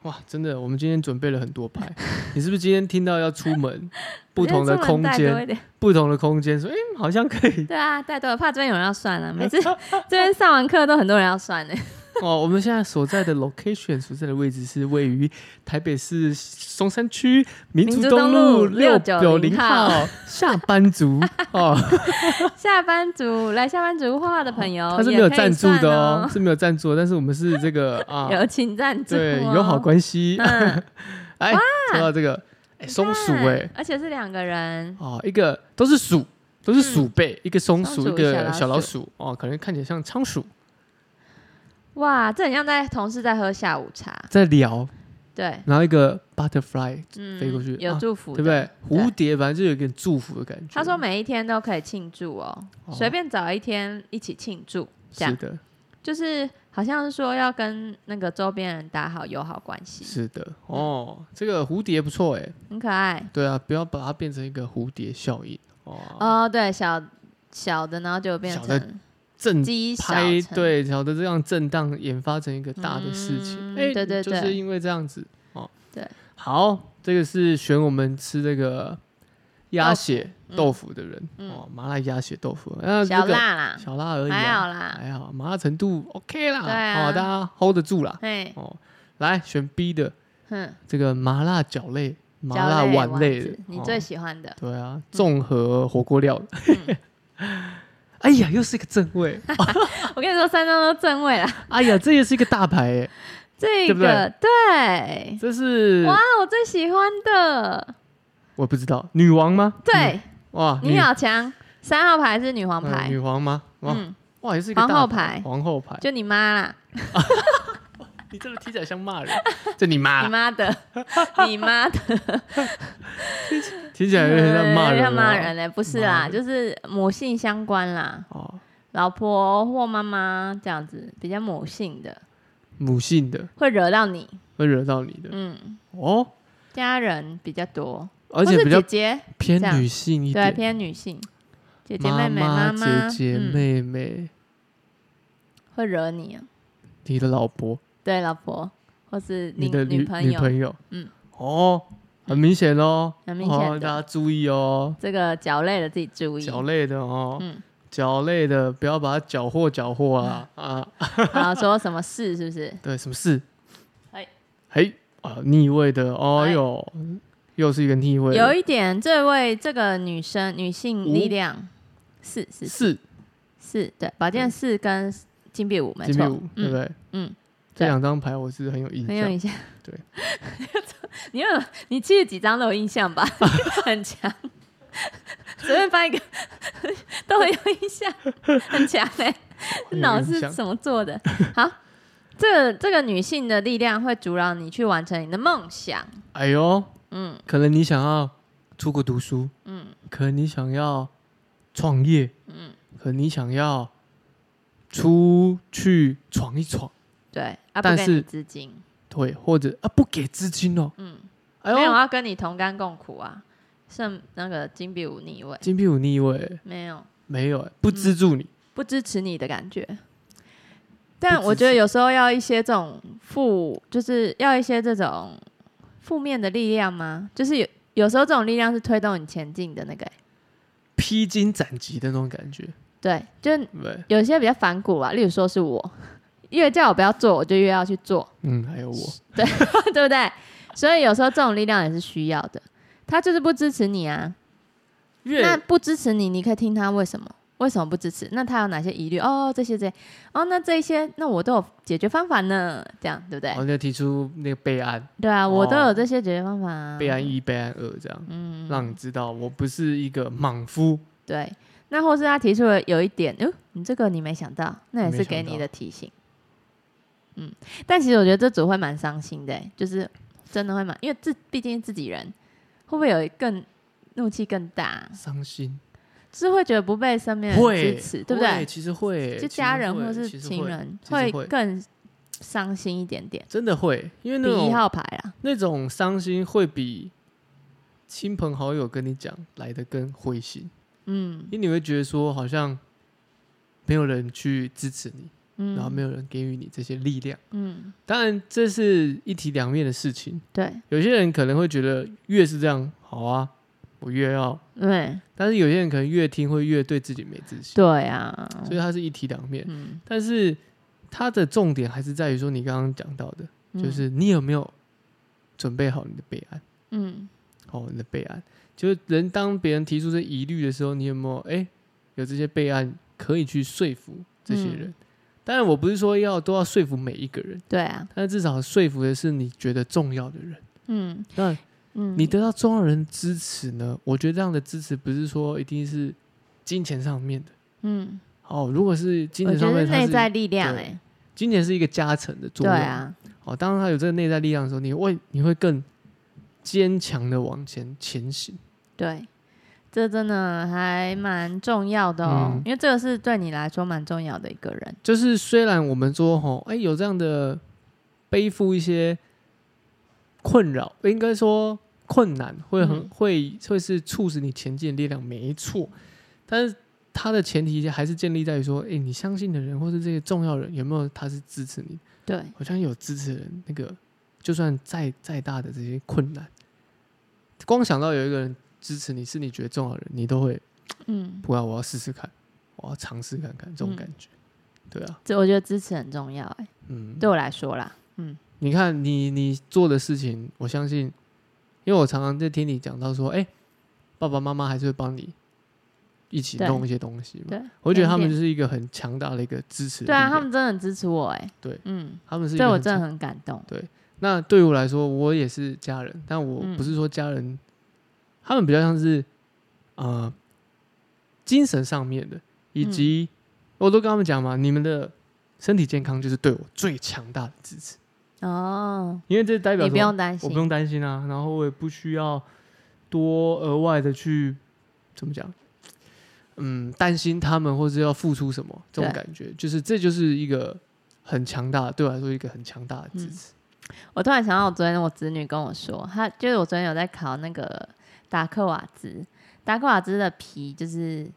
S1: 哇，真的，我们今天准备了很多牌。你是不是今天听到要出 门，不同的
S2: 我觉得出
S1: 空
S2: 门带
S1: 间
S2: 多，一点
S1: 不同的空间，说，哎、好像可以
S2: 对啊，带多了，怕这边有人要算了、每次 这边上完课都很多人要算 呢、
S1: 哦。我们现在所在的 location 所在的位置是位于台北市松山区民
S2: 民
S1: 族
S2: 族
S1: 东
S2: 东
S1: 路
S2: 路
S1: 六九零
S2: 690
S1: 号下班族哦，
S2: 下班族来下班族画画的朋友，
S1: 它是没有赞助的哦，，是没有赞助的，但是我们是这 个啊，
S2: 友情赞助、哦，
S1: 对友好关系。
S2: 嗯，
S1: 哎，说到这个，哎，松鼠
S2: 看
S1: 哎，
S2: 而且是两个人，
S1: 哦，一个都是鼠，都是鼠辈，一个松
S2: 松
S1: 鼠，
S2: 嗯鼠
S1: 一个小
S2: 小
S1: 老
S2: 老
S1: 鼠哦，可能看起来像仓鼠
S2: 哇，这很像在同事在喝下午茶，
S1: 在聊，
S2: 对，
S1: 然后一个 butterfly
S2: 嗯，
S1: 飞过去啊
S2: 有祝福、
S1: 对不？对？蝴蝶反正就有一个祝福的感觉。
S2: 他说每一天都可以庆祝哦，
S1: 哦
S2: 随便找一天一起庆祝，这
S1: 是
S2: 样
S1: 的，
S2: 就是好像是说要跟那个周边人打好友好关系，
S1: 是的，哦，这个蝴蝶不错哎，
S2: 很可爱
S1: 对啊，不要把它变成一个蝴蝶效应哦，
S2: 哦。对，小小的，然后就变
S1: 小的
S2: 成
S1: 震
S2: 积
S1: 嗯
S2: 少
S1: 拍
S2: 成，
S1: 对，小的这样震荡研发成一个大的事情，
S2: 嗯
S1: 哎，
S2: 对对
S1: 就
S2: 对
S1: 是因为这样子哦，
S2: 对，
S1: 好，这个是选我们吃这个鸭血
S2: 嗯
S1: 豆腐的人
S2: 嗯
S1: 哦，麻辣鸭血豆腐，那这
S2: 小
S1: 个
S2: 辣啦，
S1: 小辣而已
S2: 还好
S1: 啊，
S2: 啦，
S1: 还好，麻辣程度 OK 啦，
S2: 对啊
S1: 哦，大家 hold 得住啦，
S2: 嘿，
S1: 哦，来选 B 的
S2: 哼，
S1: 这个麻辣饺类、麻
S2: 小
S1: 辣
S2: 类
S1: 碗
S2: 丸
S1: 类
S2: 子
S1: 的，
S2: 你
S1: 哦
S2: 最喜嗯欢的，
S1: 对啊，综合火锅料。
S2: 嗯
S1: 哎呀，又是一个正位，
S2: 我跟你说，三张都正位啦，
S1: 哎呀，这也是一个大牌哎，
S2: 这
S1: 对不对
S2: 个对，
S1: 这是嗯
S2: 哇，我最喜欢的，
S1: 我不知道女王吗？
S2: 对，
S1: 嗯，哇，
S2: 你好强，三号牌是女皇
S1: 女，呃
S2: 牌
S1: 女，皇吗？哇
S2: 嗯，
S1: 哇，也是一个
S2: 皇
S1: 大
S2: 后
S1: 牌，哦
S2: 牌
S1: 皇后牌，
S2: 就你妈啦。
S1: 你这个听起来像骂人， 这你妈
S2: 你
S1: 啦，
S2: 妈的， 你妈的，
S1: 听起来有点像骂人，啊哦
S2: 像骂人。嘞，不是
S1: 骂
S2: 啦，
S1: 人
S2: 就是母性相关啦，
S1: 哦，
S2: 老婆或妈妈这样子，比较母性的，
S1: 母性的，
S2: 会惹到你，
S1: 会惹到你的
S2: 嗯，
S1: 哦，
S2: 家人比较多，
S1: 而
S2: 或
S1: 且
S2: 是
S1: 比较
S2: 姐姐，
S1: 偏
S2: 这样
S1: 女性一
S2: 对，啊
S1: 点，
S2: 偏女性，姐姐、
S1: 妈
S2: 妹妹、妈妈、
S1: 姐姐、
S2: 嗯
S1: 妹妹，
S2: 会惹你、啊，
S1: 你的老婆，
S2: 对，老婆或是
S1: 你的
S2: 女
S1: 女
S2: 朋友，
S1: 朋友，
S2: 嗯，
S1: 哦，很明显哦，
S2: 很明显
S1: 哦
S2: 的
S1: 大家注意哦，
S2: 这个脚累了自己注意。
S1: 脚累的哦，
S2: 嗯，
S1: 脚累的不要把它搅和搅和啊
S2: 嗯
S1: 啊，
S2: 然后说什么事是不是？
S1: 对，什么事？
S2: 哎
S1: 嘿啊，逆位的，哦
S2: 哎
S1: 哟，又是一个逆位的，
S2: 有一点，这位这个女生女性力
S1: 五
S2: 量是是是
S1: 四
S2: 是，对，宝剑四跟金币五没
S1: 金币
S2: 错
S1: 五，，对不
S2: 嗯
S1: 对？
S2: 嗯，
S1: 这
S2: 对
S1: 两张牌我是很有印
S2: 很有
S1: 象，
S2: 印象。
S1: 嗯对，
S2: 你有你七十几张都有印象吧？ 很强，随便翻一个 都很有印象，很强哎、
S1: 很有
S2: 脑
S1: 印
S2: 是
S1: 象
S2: 怎么做的？好，这个这个女性的力量会阻挠你去完成你的梦想。
S1: 哎呦，
S2: 嗯
S1: 可能你想要出国读书，
S2: 嗯，
S1: 可能你想要创业，
S2: 嗯，
S1: 可能你想要出去闯一闯，
S2: 对，啊，不
S1: 但
S2: 给
S1: 是
S2: 你资金，
S1: 对，或者啊不给资金哦，
S2: 嗯，
S1: 哎
S2: 没有
S1: 呦，
S2: 要跟你同甘共苦啊，剩那个金币五逆位，
S1: 金币五逆位
S2: 没有
S1: 没有、哎不资助你，
S2: 不支持你的感觉。但
S1: 不
S2: 我
S1: 支
S2: 觉得
S1: 持
S2: 有时候要一些这种负，就是要一些这种负面的力量吗？就是有有时候这种力量是推动你前进的那个欸、
S1: 披荆斩棘的那种感觉，
S2: 对，就是
S1: 对不对，
S2: 有些比较反骨啊，例如说是我， 越叫我不要做，我就越要去做，
S1: 嗯，还有我，
S2: 对不对？所以有时候这种力量也是需要的。他就是不支持你啊，那
S1: 越
S2: 不支持你，你可以听他为什么？为什么不支持？那他有哪些疑虑？哦，这些这些，哦，那这些，那我都有解决方法呢，这样对不对？
S1: 然后就提出那个备案，
S2: 对啊，我都
S1: 哦
S2: 有这些解决方法啊。
S1: 备案一、备案二，这样
S2: 嗯，
S1: 让你知道我不是一个莽夫，
S2: 对。那或是他提出了有一点，哦，你这个你没想到，那也
S1: 没
S2: 是
S1: 想
S2: 给
S1: 到
S2: 你的提醒。嗯，但其实我觉得这组会蛮伤心的欸，就是真的会蛮，因为自毕竟是自己人，会不会有更怒气更大？
S1: 伤心，
S2: 就是会觉得不被身边人
S1: 会
S2: 支持，对不对？
S1: 其实会，
S2: 就
S1: 其
S2: 家
S1: 实
S2: 人
S1: 会
S2: 或是
S1: 其实
S2: 情
S1: 会
S2: 人
S1: 其实
S2: 会
S1: 会
S2: 更伤心一点点，
S1: 真的会，因为那
S2: 比一
S1: 种
S2: 号牌啊啦。
S1: 那种伤心会比亲朋好友跟你讲来的更灰心，
S2: 嗯
S1: 因为你会觉得说好像没有人去支持你，
S2: 嗯，
S1: 然后没有人给予你这些力量。
S2: 嗯，
S1: 当然，这是一体两面的事情。
S2: 对
S1: 有些人可能会觉得越是这样好啊，我越要；
S2: 对
S1: 但是有些人可能越听会越对自己没自信，
S2: 对啊，
S1: 所以它是一体两面。
S2: 嗯，
S1: 但是它的重点还是在于说你刚刚讲到的，就
S2: 嗯
S1: 是你有没有准备好你的备案。
S2: 嗯
S1: 哦，你的备案，就是人当别人提出这疑虑的时候，你有没有哎、诶有这些备案可以去说服这些
S2: 嗯
S1: 人？当然，我不是说要都要说服每一个人，
S2: 对啊，
S1: 但是至少说服的是你觉得重要的人。
S2: 嗯
S1: 那
S2: 嗯，
S1: 你得到重要的人支持呢？我觉得这样的支持不是说一定是金钱上面的。
S2: 嗯，
S1: 哦，如果是金
S2: 我
S1: 钱
S2: 觉
S1: 上
S2: 得
S1: 面，它
S2: 内
S1: 是
S2: 在力量
S1: 对
S2: 哎，
S1: 金钱是一个加成的作
S2: 对
S1: 用。
S2: 啊，
S1: 哦，当他有这个内在力量的时候，你会你会更坚强的往前前行。
S2: 对，这真的还蛮重要的哦
S1: 嗯，
S2: 因为这个是对你来说蛮重要的一个人，
S1: 就是虽然我们说吼，哎、有这样的背负一些困扰，应该说困难会很、会
S2: 嗯
S1: 会是促使你前进的力量，没错。但是它的前提还是建立在于说，哎、你相信的人或是这些重要人有没有他是支持你？
S2: 对，
S1: 我相信有支持的人，那个就算再再大的这些困难，光想到有一个人支持你是你觉得重要的人，你都会
S2: 嗯，
S1: 不要，我要试试看，我要尝试看看这种
S2: 嗯
S1: 感觉，对啊，
S2: 这我觉得支持很重要哎，
S1: 嗯，
S2: 对我来说啦，嗯
S1: 你看你你做的事情，我相信，因为我常常在听你讲到说，哎、爸爸妈妈还是会帮你一起
S2: 对
S1: 弄一些东西嘛。
S2: 对，
S1: 我觉得
S2: 感
S1: 他们
S2: 谢
S1: 就是一个很强大的一个支持力
S2: 对啊，
S1: 量。
S2: 他们真的很支持我哎，
S1: 对，
S2: 嗯，
S1: 他们是一
S2: 对
S1: 个
S2: 我
S1: 很
S2: 真
S1: 强
S2: 的很感动，
S1: 那对我来说，我也是家人，但我
S2: 嗯
S1: 不是说家人，他们比较像是呃精神上面的，以及、
S2: 嗯
S1: 我都跟他们讲嘛，你们的身体健康就是对我最强大的支持，
S2: 哦，
S1: 因为这代表什
S2: 你不
S1: 么
S2: 用担
S1: 我
S2: 心
S1: 不，用担心啊，然后我也不需要多额外的去怎么讲，嗯，担心他们或是要付出什么这种
S2: 对
S1: 感觉，就是这就是一个很强大，对我来说一个很强大的支持。
S2: 我突然想到，我昨天我侄女跟我说，她就是我昨天有在考那个达克瓦兹，达克瓦兹的皮就是，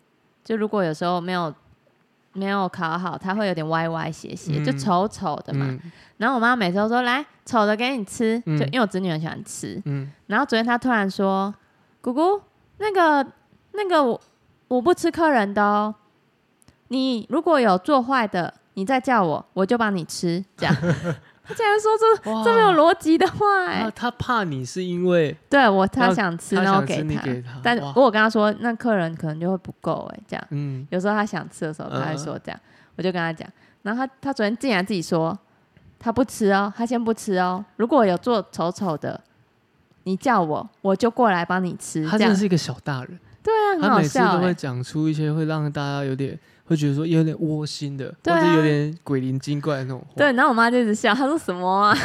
S2: 就如果有时候没有没有考好，它会有点歪歪斜斜，就
S1: 嗯
S2: 丑丑的嘛。
S1: 嗯
S2: 然后我妈每次都说来丑的给你吃，
S1: 嗯
S2: 就因为我侄女很喜欢吃。
S1: 嗯，
S2: 然后昨天她突然说，姑姑那个那个我我不吃客人的哦，你如果有做坏的，你再叫我，我就帮你吃。这样，她竟然说这
S1: 哇
S2: 这么有逻辑的话、哎、
S1: 他他怕你是因为
S2: 对我他
S1: 要
S2: 想吃，
S1: 他
S2: 那我
S1: 想吃你
S2: 他，
S1: 给他
S2: 但
S1: 哇
S2: 我有跟他说，那客人可能就会不够哎、这样。
S1: 嗯
S2: 有时候他想吃的时候，他会说这样，我就跟他讲。然后他他昨天竟然自己说他不吃哦，他先不吃哦。如果有做丑丑的，你叫我，我就过来帮你吃。
S1: 他
S2: 嗯这
S1: 真
S2: 样
S1: 的是一个小大人，
S2: 对啊，很
S1: 他
S2: 好
S1: 每次
S2: 笑
S1: 都
S2: 哎、
S1: 会讲出一些会让大家有点会觉得说有点窝心的，
S2: 对啊
S1: 或者有点鬼灵精怪的那种话。
S2: 对，然后我妈就一直笑，她说什么啊？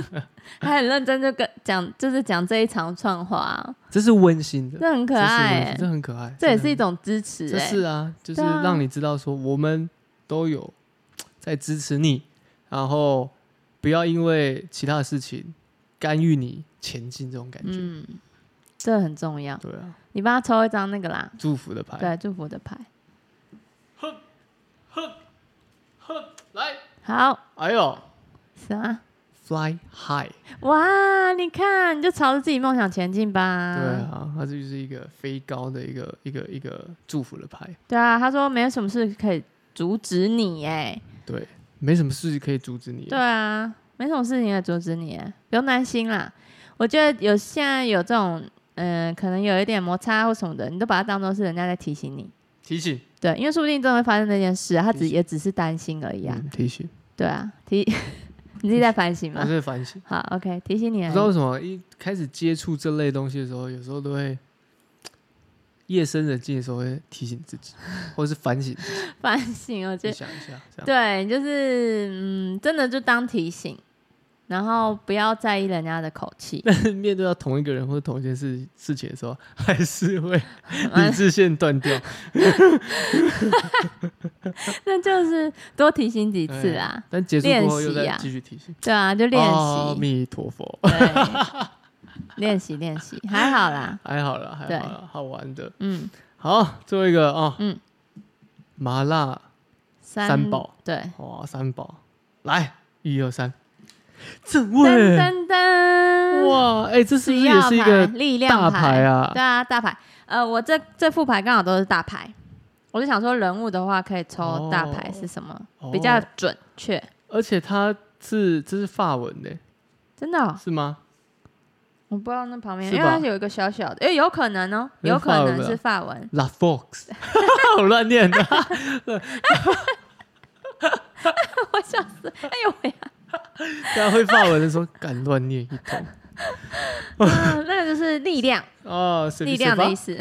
S2: 她很认真就跟讲，就是讲这一长串话啊，
S1: 这是温馨的，
S2: 这很可
S1: 这是
S2: 爱、
S1: 温馨
S2: 哎
S1: 这很可爱，
S2: 这也
S1: 真的
S2: 是一种支持
S1: 这
S2: 哎、
S1: 是啊，就是
S2: 对啊
S1: 让你知道说我们都有在支持你，然后不要因为其他的事情干预你前进这种感觉。
S2: 嗯，这很重要。
S1: 对啊，
S2: 你帮他抽一张那个啦，
S1: 祝福的牌，
S2: 对，祝福的牌。
S1: 来，
S2: 好，
S1: 哎呦
S2: 啥？
S1: ，Fly High，
S2: 哇，你看，你就朝着自己梦想前进吧。
S1: 对啊，它就是一个飞高的一个一个一个祝福的牌，
S2: 对啊，他说没有什么事可以阻止你，哎，
S1: 对，没什么事可以阻止你。
S2: 对啊，没什么事情可以阻止你，哎不用担心啦。我觉得有现在有这种，嗯、可能有一点摩擦或什么的，你都把它当做是人家在提醒你。
S1: 提醒，
S2: 对，因为说不定真的会发生那件事、啊，他只
S1: 提醒
S2: 也只是担心而已啊。
S1: 嗯，提醒，
S2: 对啊，提 你自己在反省
S1: 还
S2: 吗？
S1: 是反省。
S2: 好，OK，提醒你啊
S1: 不
S2: 而
S1: 知道为
S2: 已。
S1: 什么一开始接触这类东西的时候，有时候都会夜深人静的时候会提醒自己，或是反省自
S2: 反省，我觉
S1: 己
S2: 得
S1: 想一下，这样
S2: 对，就是嗯，真的就当提醒，然后不要在意人家的口 气。
S1: 但是面对到同一个人或者同一件事事情的时候，还是会理
S2: 嗯
S1: 智线断掉。
S2: 那就是多提醒几次啦，
S1: 但结束过后又
S2: 练习
S1: 再
S2: 啊
S1: 继续提醒。
S2: 对啊，就练
S1: 阿
S2: 习，
S1: 弥陀佛，
S2: 对，练习练习，还好啦，
S1: 还好啦，还
S2: 对
S1: 好啦，好玩的。
S2: 嗯，
S1: 好，最后一个哦，
S2: 嗯，
S1: 麻辣
S2: 三
S1: 三宝，
S2: 对，
S1: 哇，三宝，来一二三，正
S2: 噔
S1: 位。
S2: 噔噔，
S1: 哇，哎、这是不是
S2: 只要
S1: 也是一个
S2: 力量
S1: 大牌啊？
S2: 对啊，大牌。呃，我这这副牌刚好都是大牌，我就想说人物的话可以抽大牌
S1: 哦
S2: 是什么、
S1: 哦
S2: 比较准确，
S1: 而且它是这是法文的，
S2: 真的哦、
S1: 是吗？
S2: 我不知道那旁边，
S1: 是
S2: 因为
S1: 吧
S2: 它有一个小小的，哎、有可能哦、
S1: 那是
S2: 有可
S1: 法文
S2: 能
S1: 啊
S2: 是法文，
S1: La Fox，我 乱念的。
S2: 我笑死，哎呦喂、
S1: 大家会法文的时候敢乱念一通
S2: 嗯，那个就是力量，
S1: 哦，是
S2: 力量的意思。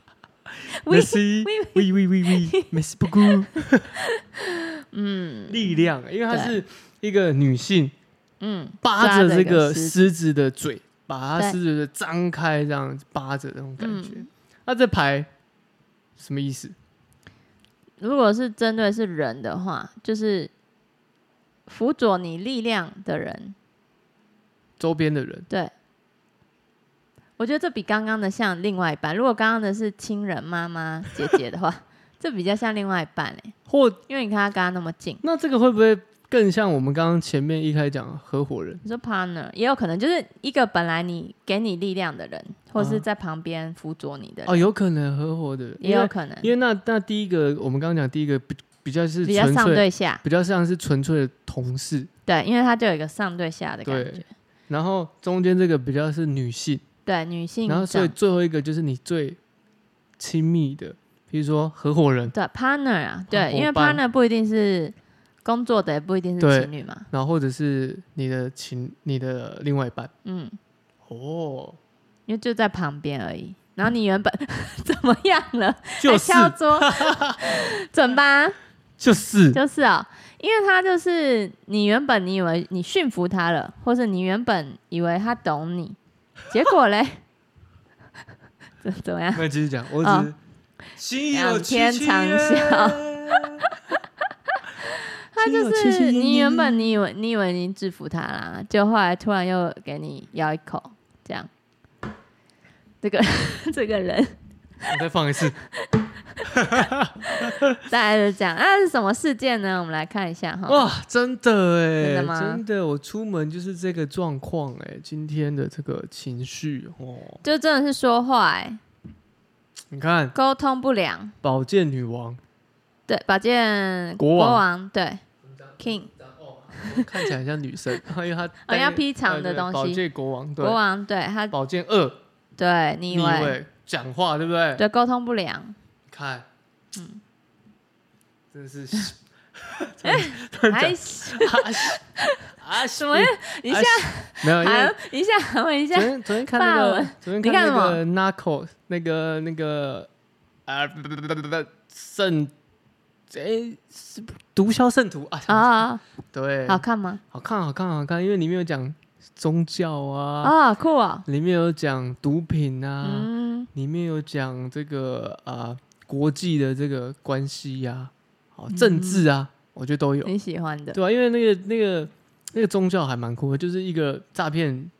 S1: Merci，喂喂喂喂，Merci beaucoup。嗯，力量，因为它是一个女性
S2: 嗯，
S1: 扒着这
S2: 个
S1: 个
S2: 狮
S1: 狮子的嘴，把它
S2: 对嗯
S1: 狮子的嘴张开，这样扒着那种感觉。那这牌什么意思？
S2: 如果是针对是人的话，就是辅佐你力量的人。
S1: 周边的人
S2: 对，我觉得这比刚刚的像另外一半。如果刚刚的是亲人、妈妈、姐姐的话， 这比较像另外一半哎、
S1: 或
S2: 因为你看他跟他那么近。
S1: 那这个会不会更像我们刚刚前面一开始讲的合伙人？
S2: 你说 partner 也有可能就是一个本来你给你力量的人，或是
S1: 啊
S2: 在旁边辅佐你的人，
S1: 哦，有可能合伙的，因
S2: 也有
S1: 为
S2: 可能
S1: 因为那那第一个我们刚刚讲第一个比比较是
S2: 比较
S1: 纯
S2: 上
S1: 粹，
S2: 对下，
S1: 比较像是纯粹的同事，
S2: 对，因为他就有一个上对下的感
S1: 对
S2: 觉。
S1: 然后中间这个比较是女性，
S2: 对，女性
S1: 然后所以
S2: 长
S1: 最后一个就是你最亲密的，比如说合伙人，
S2: 对 partner 啊，对，
S1: 伙
S2: 因为
S1: 伴
S2: partner 不一定是工作的，也不一定是
S1: 对
S2: 情侣嘛。
S1: 然后或者是你的情你的另外一半。
S2: 嗯，
S1: 哦，
S2: 因为就在旁边而已。然后你原本 怎么样了？
S1: 就
S2: 还
S1: 是
S2: 敲 桌，准吧？
S1: 就是
S2: 就是哦，因为他就是你原本你以为你驯服他了，或是你原本以为他懂你，结果嘞， 怎怎么样？
S1: 那继续讲，我
S2: 哦
S1: 只是心
S2: 两天长啸。他就
S1: 七七
S2: 是
S1: 七七
S2: 你原本你以为你以为你制服他啦，就后来突然又给你咬一口，这样。这个 这个人
S1: 我再放一次，
S2: 大概是这样。那、是什么事件呢？我们来看一下哈。
S1: 哇，真的哎，
S2: 真的吗
S1: 真的，我出门就是这个状况哎，今天的这个情绪哦，
S2: 就真的是说话、欸，
S1: 你看
S2: 沟通不良，
S1: 宝剑女王
S2: 对，宝剑
S1: 国王
S2: 对，King
S1: 看起来很像女生，因为她
S2: 哦
S1: 戴
S2: 要劈长的
S1: 呃对
S2: 东西
S1: 宝剑国王对
S2: 国，王，对他，
S1: 宝剑二
S2: 对你
S1: 逆
S2: 以为
S1: 位讲话对不对？
S2: 对沟通不 良，
S1: 看，嗯，真的是 真 的，突然讲
S2: 还哎什
S1: 啊西啊西
S2: 么呀？一下
S1: 没有，因为
S2: 还一下还问一下
S1: 昨，天昨天看那
S2: 法
S1: 个
S2: 文，
S1: 昨天
S2: 你看
S1: 看
S2: 什
S1: 那
S2: 么
S1: 个 Narco 那个那个啊不不不不不不圣哎是毒枭圣徒啊，想不起
S2: 啊，
S1: 对，
S2: 好看吗？
S1: 好看好看好看，因为里面有讲宗教啊，
S2: 啊，酷哦，
S1: 里面有讲毒品啊，
S2: 嗯，
S1: 里面有讲这个啊国际的这个关系呀，
S2: 嗯
S1: 好政治啊，我觉得都有。
S2: 你喜欢的，
S1: 对啊，因为那个那个那个宗教还蛮酷的，就是一个诈骗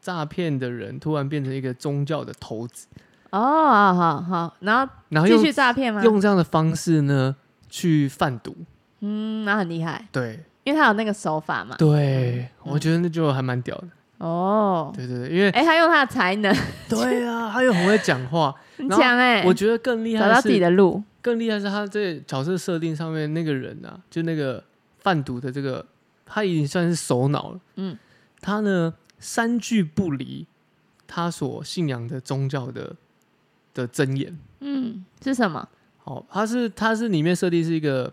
S1: 诈骗的人突然变成一个宗教的头子，
S2: 哦，好好好，然后
S1: 然后
S2: 继
S1: 用
S2: 续诈骗吗？
S1: 用这样的方式呢去贩毒。
S2: 嗯，那很厉害，
S1: 对
S2: 因为他有那个手法嘛。
S1: 对，
S2: 嗯
S1: 我觉得那就还蛮屌的。
S2: 哦，
S1: 对对对，因为
S2: 哎，他用他的才能，
S1: 对啊，他又很会讲话。
S2: 很
S1: 然后
S2: 强 哎，
S1: 我觉得更厉
S2: 找
S1: 害
S2: 到
S1: 的
S2: 自己
S1: 是，
S2: 的路。
S1: 更厉害是他在角色设定上面那个人啊，就那个贩毒的这个，他已经算是首脑了。
S2: 嗯，
S1: 他呢三句不离他所信仰的宗教的的箴言。
S2: 嗯，是什么？
S1: 好，他是他是里面设定是一个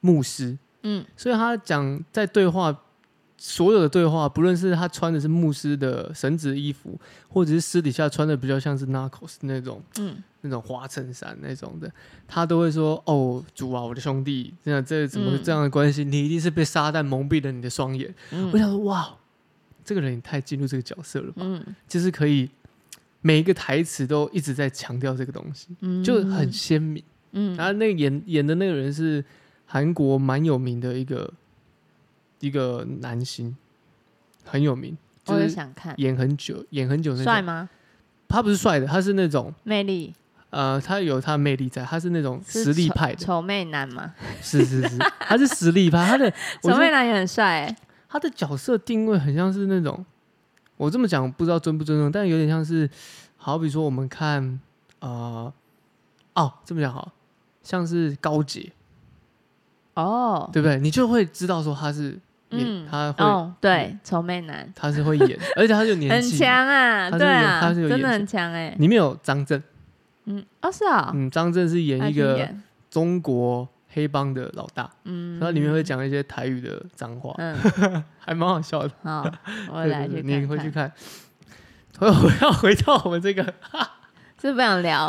S1: 牧师，
S2: 嗯，
S1: 所以他讲在对话所有的对话，不论是他穿的是牧师的神职衣服，或者是私底下穿的比较像是 Narcos 那种，
S2: 嗯，
S1: 那种花衬衫那种的，他都会说：“哦，主啊，我的兄弟，这样这怎么
S2: 嗯
S1: 这样的关系？你一定是被撒旦蒙蔽了你的双眼。
S2: 嗯
S1: 我想说，哇，这个人也太进入这个角色了吧，
S2: 嗯
S1: 就是可以每一个台词都一直在强调这个东西，
S2: 嗯
S1: 就很鲜明。
S2: 嗯
S1: 然后那个演演的那个人是韩国蛮有名的一个一个男星，很有名，就
S2: 我也
S1: 是
S2: 想看，
S1: 演很久，演很久那
S2: 哦帅
S1: 种。
S2: 吗？
S1: 他不是帅的，他是那种
S2: 魅力
S1: 呃，他有他的魅力在，他是那种
S2: 是
S1: 实力
S2: 丑
S1: 派的，
S2: 丑妹男吗？
S1: 是是是，他是实力派，他 的我
S2: 丑
S1: 觉
S2: 妹
S1: 得
S2: 男也很帅哎，
S1: 他的角色定位很像是那种，我这么讲不知道尊不尊重，但有点像是，好比说我们看呃，哦，这么讲好，像是高洁，
S2: 哦，
S1: 对不对？你就会知道说他是演，
S2: 嗯
S1: 他会、
S2: 哦，对，丑妹男
S1: 他是会 演，而且他有年
S2: 很
S1: 纪，
S2: 强啊，
S1: 他是
S2: 对
S1: 有
S2: 啊，
S1: 他是有
S2: 真
S1: 演
S2: 的
S1: 技
S2: 很强哎，
S1: 里面有张震，
S2: 嗯，哦是啊，
S1: 嗯，张震是
S2: 还
S1: 演一
S2: 挺
S1: 个
S2: 演
S1: 中国黑帮的老大，
S2: 嗯，
S1: 他里面会讲一些台语的脏话，
S2: 嗯，
S1: 还蛮好笑的。
S2: 好， 我
S1: 对
S2: 来
S1: 对
S2: 去
S1: 对你
S2: 看
S1: 回去
S2: 看，
S1: 看。回我要回到我们这个，
S2: 是不想聊，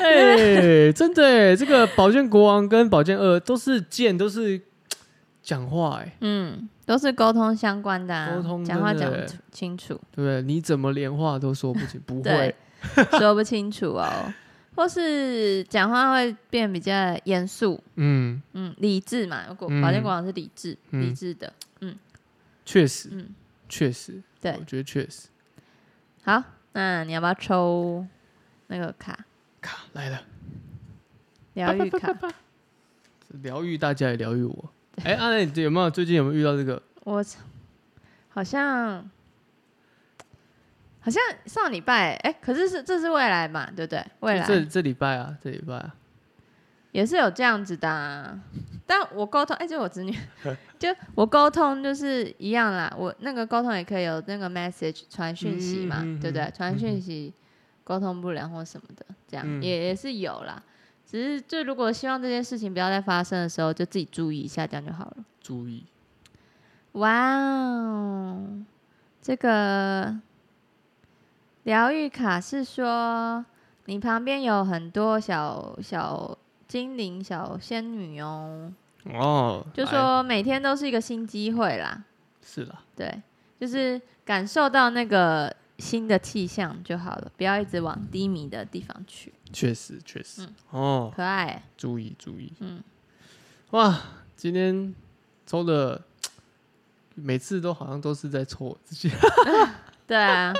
S1: 哎、真的耶，这个宝剑国王跟宝剑二都是剑，都是讲话，哎，
S2: 嗯，都是沟通相关的啊，
S1: 沟通
S2: 讲话
S1: 真
S2: 讲
S1: 的
S2: 不清楚，
S1: 对不对？你怎么连话都说不清？不
S2: 对
S1: 会，
S2: 说不清楚哦，或是讲话会变比较严肃，
S1: 嗯，
S2: 嗯，理智嘛，国
S1: 嗯
S2: 保健国王是理智，
S1: 嗯
S2: 理智的，
S1: 确实，
S2: 嗯，
S1: 确实，
S2: 对
S1: 我觉得确实。
S2: 好，那你要不要抽那个卡，
S1: 卡来了，
S2: 疗愈卡？
S1: 疗愈大家也疗愈我。哎、阿磊、有没有最近有没有遇到这个？
S2: 我好像好像上礼拜，哎、可是是这是未来嘛，对不对？未来
S1: 这这礼拜啊，这礼拜啊，
S2: 也是有这样子的、啊，但我沟通，哎、就我侄女， 就我沟通就是一样啦。我那个沟通也可以有那个 message 传讯息嘛，
S1: 嗯嗯嗯
S2: 对不对
S1: 嗯？
S2: 传讯息沟通不良或什么的，这样、
S1: 嗯
S2: 也也是有啦。只是就如果希望这件事情不要再发生的时候，就自己注意一下，这样就好了。
S1: 注意，
S2: 哇哦，这个疗愈卡是说你旁边有很多小小精灵、小仙女哦，
S1: 哦，
S2: 就
S1: 来
S2: 说每天都是一个新机会啦。
S1: 是啦，
S2: 对，就是感受到那个新的气象就好了，不要一直往低迷的地方去。
S1: 确实确实，
S2: 嗯
S1: 哦，
S2: 可爱欸、
S1: 注意注意，
S2: 嗯
S1: 哇，今天抽的，每次都好像都是在抽我自己。
S2: 对啊，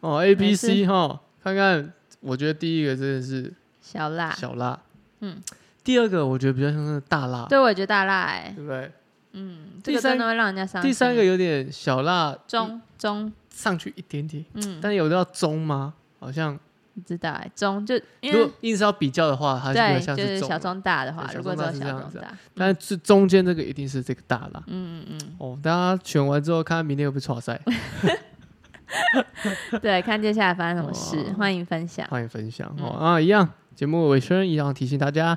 S1: 哦，A、B、
S2: 没事
S1: C 哈，看看，我觉得第一个真的是
S2: 小辣，
S1: 小辣，
S2: 嗯，
S1: 第二个我觉得比较像是大辣，
S2: 对我也觉得大辣哎、
S1: 对不对？
S2: 嗯，这
S1: 第
S2: 个
S1: 三
S2: 真的会让人家伤心。
S1: 第三个有点小辣
S2: 中中，
S1: 上去一点点，
S2: 嗯，
S1: 但有到中吗？好像
S2: 你知道哎、中就因
S1: 如
S2: 为
S1: 果硬是要比较的话，它是比较像
S2: 对，就是
S1: 中
S2: 小
S1: 的，
S2: 中大的话，
S1: 对
S2: 如果只
S1: 小
S2: 有
S1: 中大是这
S2: 小
S1: 样
S2: 中
S1: 子啊
S2: 大，
S1: 但是中间这个一定是这个大辣。
S2: 嗯嗯
S1: 哦，大家选完之后，看看明天有没有出赛，
S2: 嗯，对，看接下来发生什么事，
S1: 哇
S2: 欢迎分享。
S1: 欢迎分享哦
S2: 嗯
S1: 啊！一样，节目尾声一样提醒大家，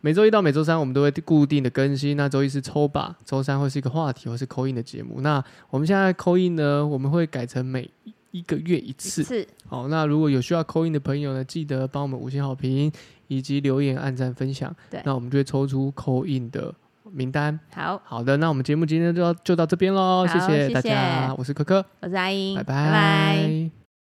S1: 每周一到每周三我们都会固定的更新。那周一是抽吧，周三会是一个话题或是扣印的节目。那我们现在扣印呢，我们会改成每一个月一次
S2: 一。次，
S1: 好，那如果有需要扣印的朋友呢，记得帮我们五星好评以及留言、按赞、分享。
S2: 对
S1: 那我们就会抽出扣印的名单。
S2: 好，
S1: 好的，那我们节目今天就到就到这边喽，谢
S2: 好
S1: 谢大
S2: 谢谢
S1: 家，我是可可，
S2: 我是阿英，
S1: 拜
S2: 拜拜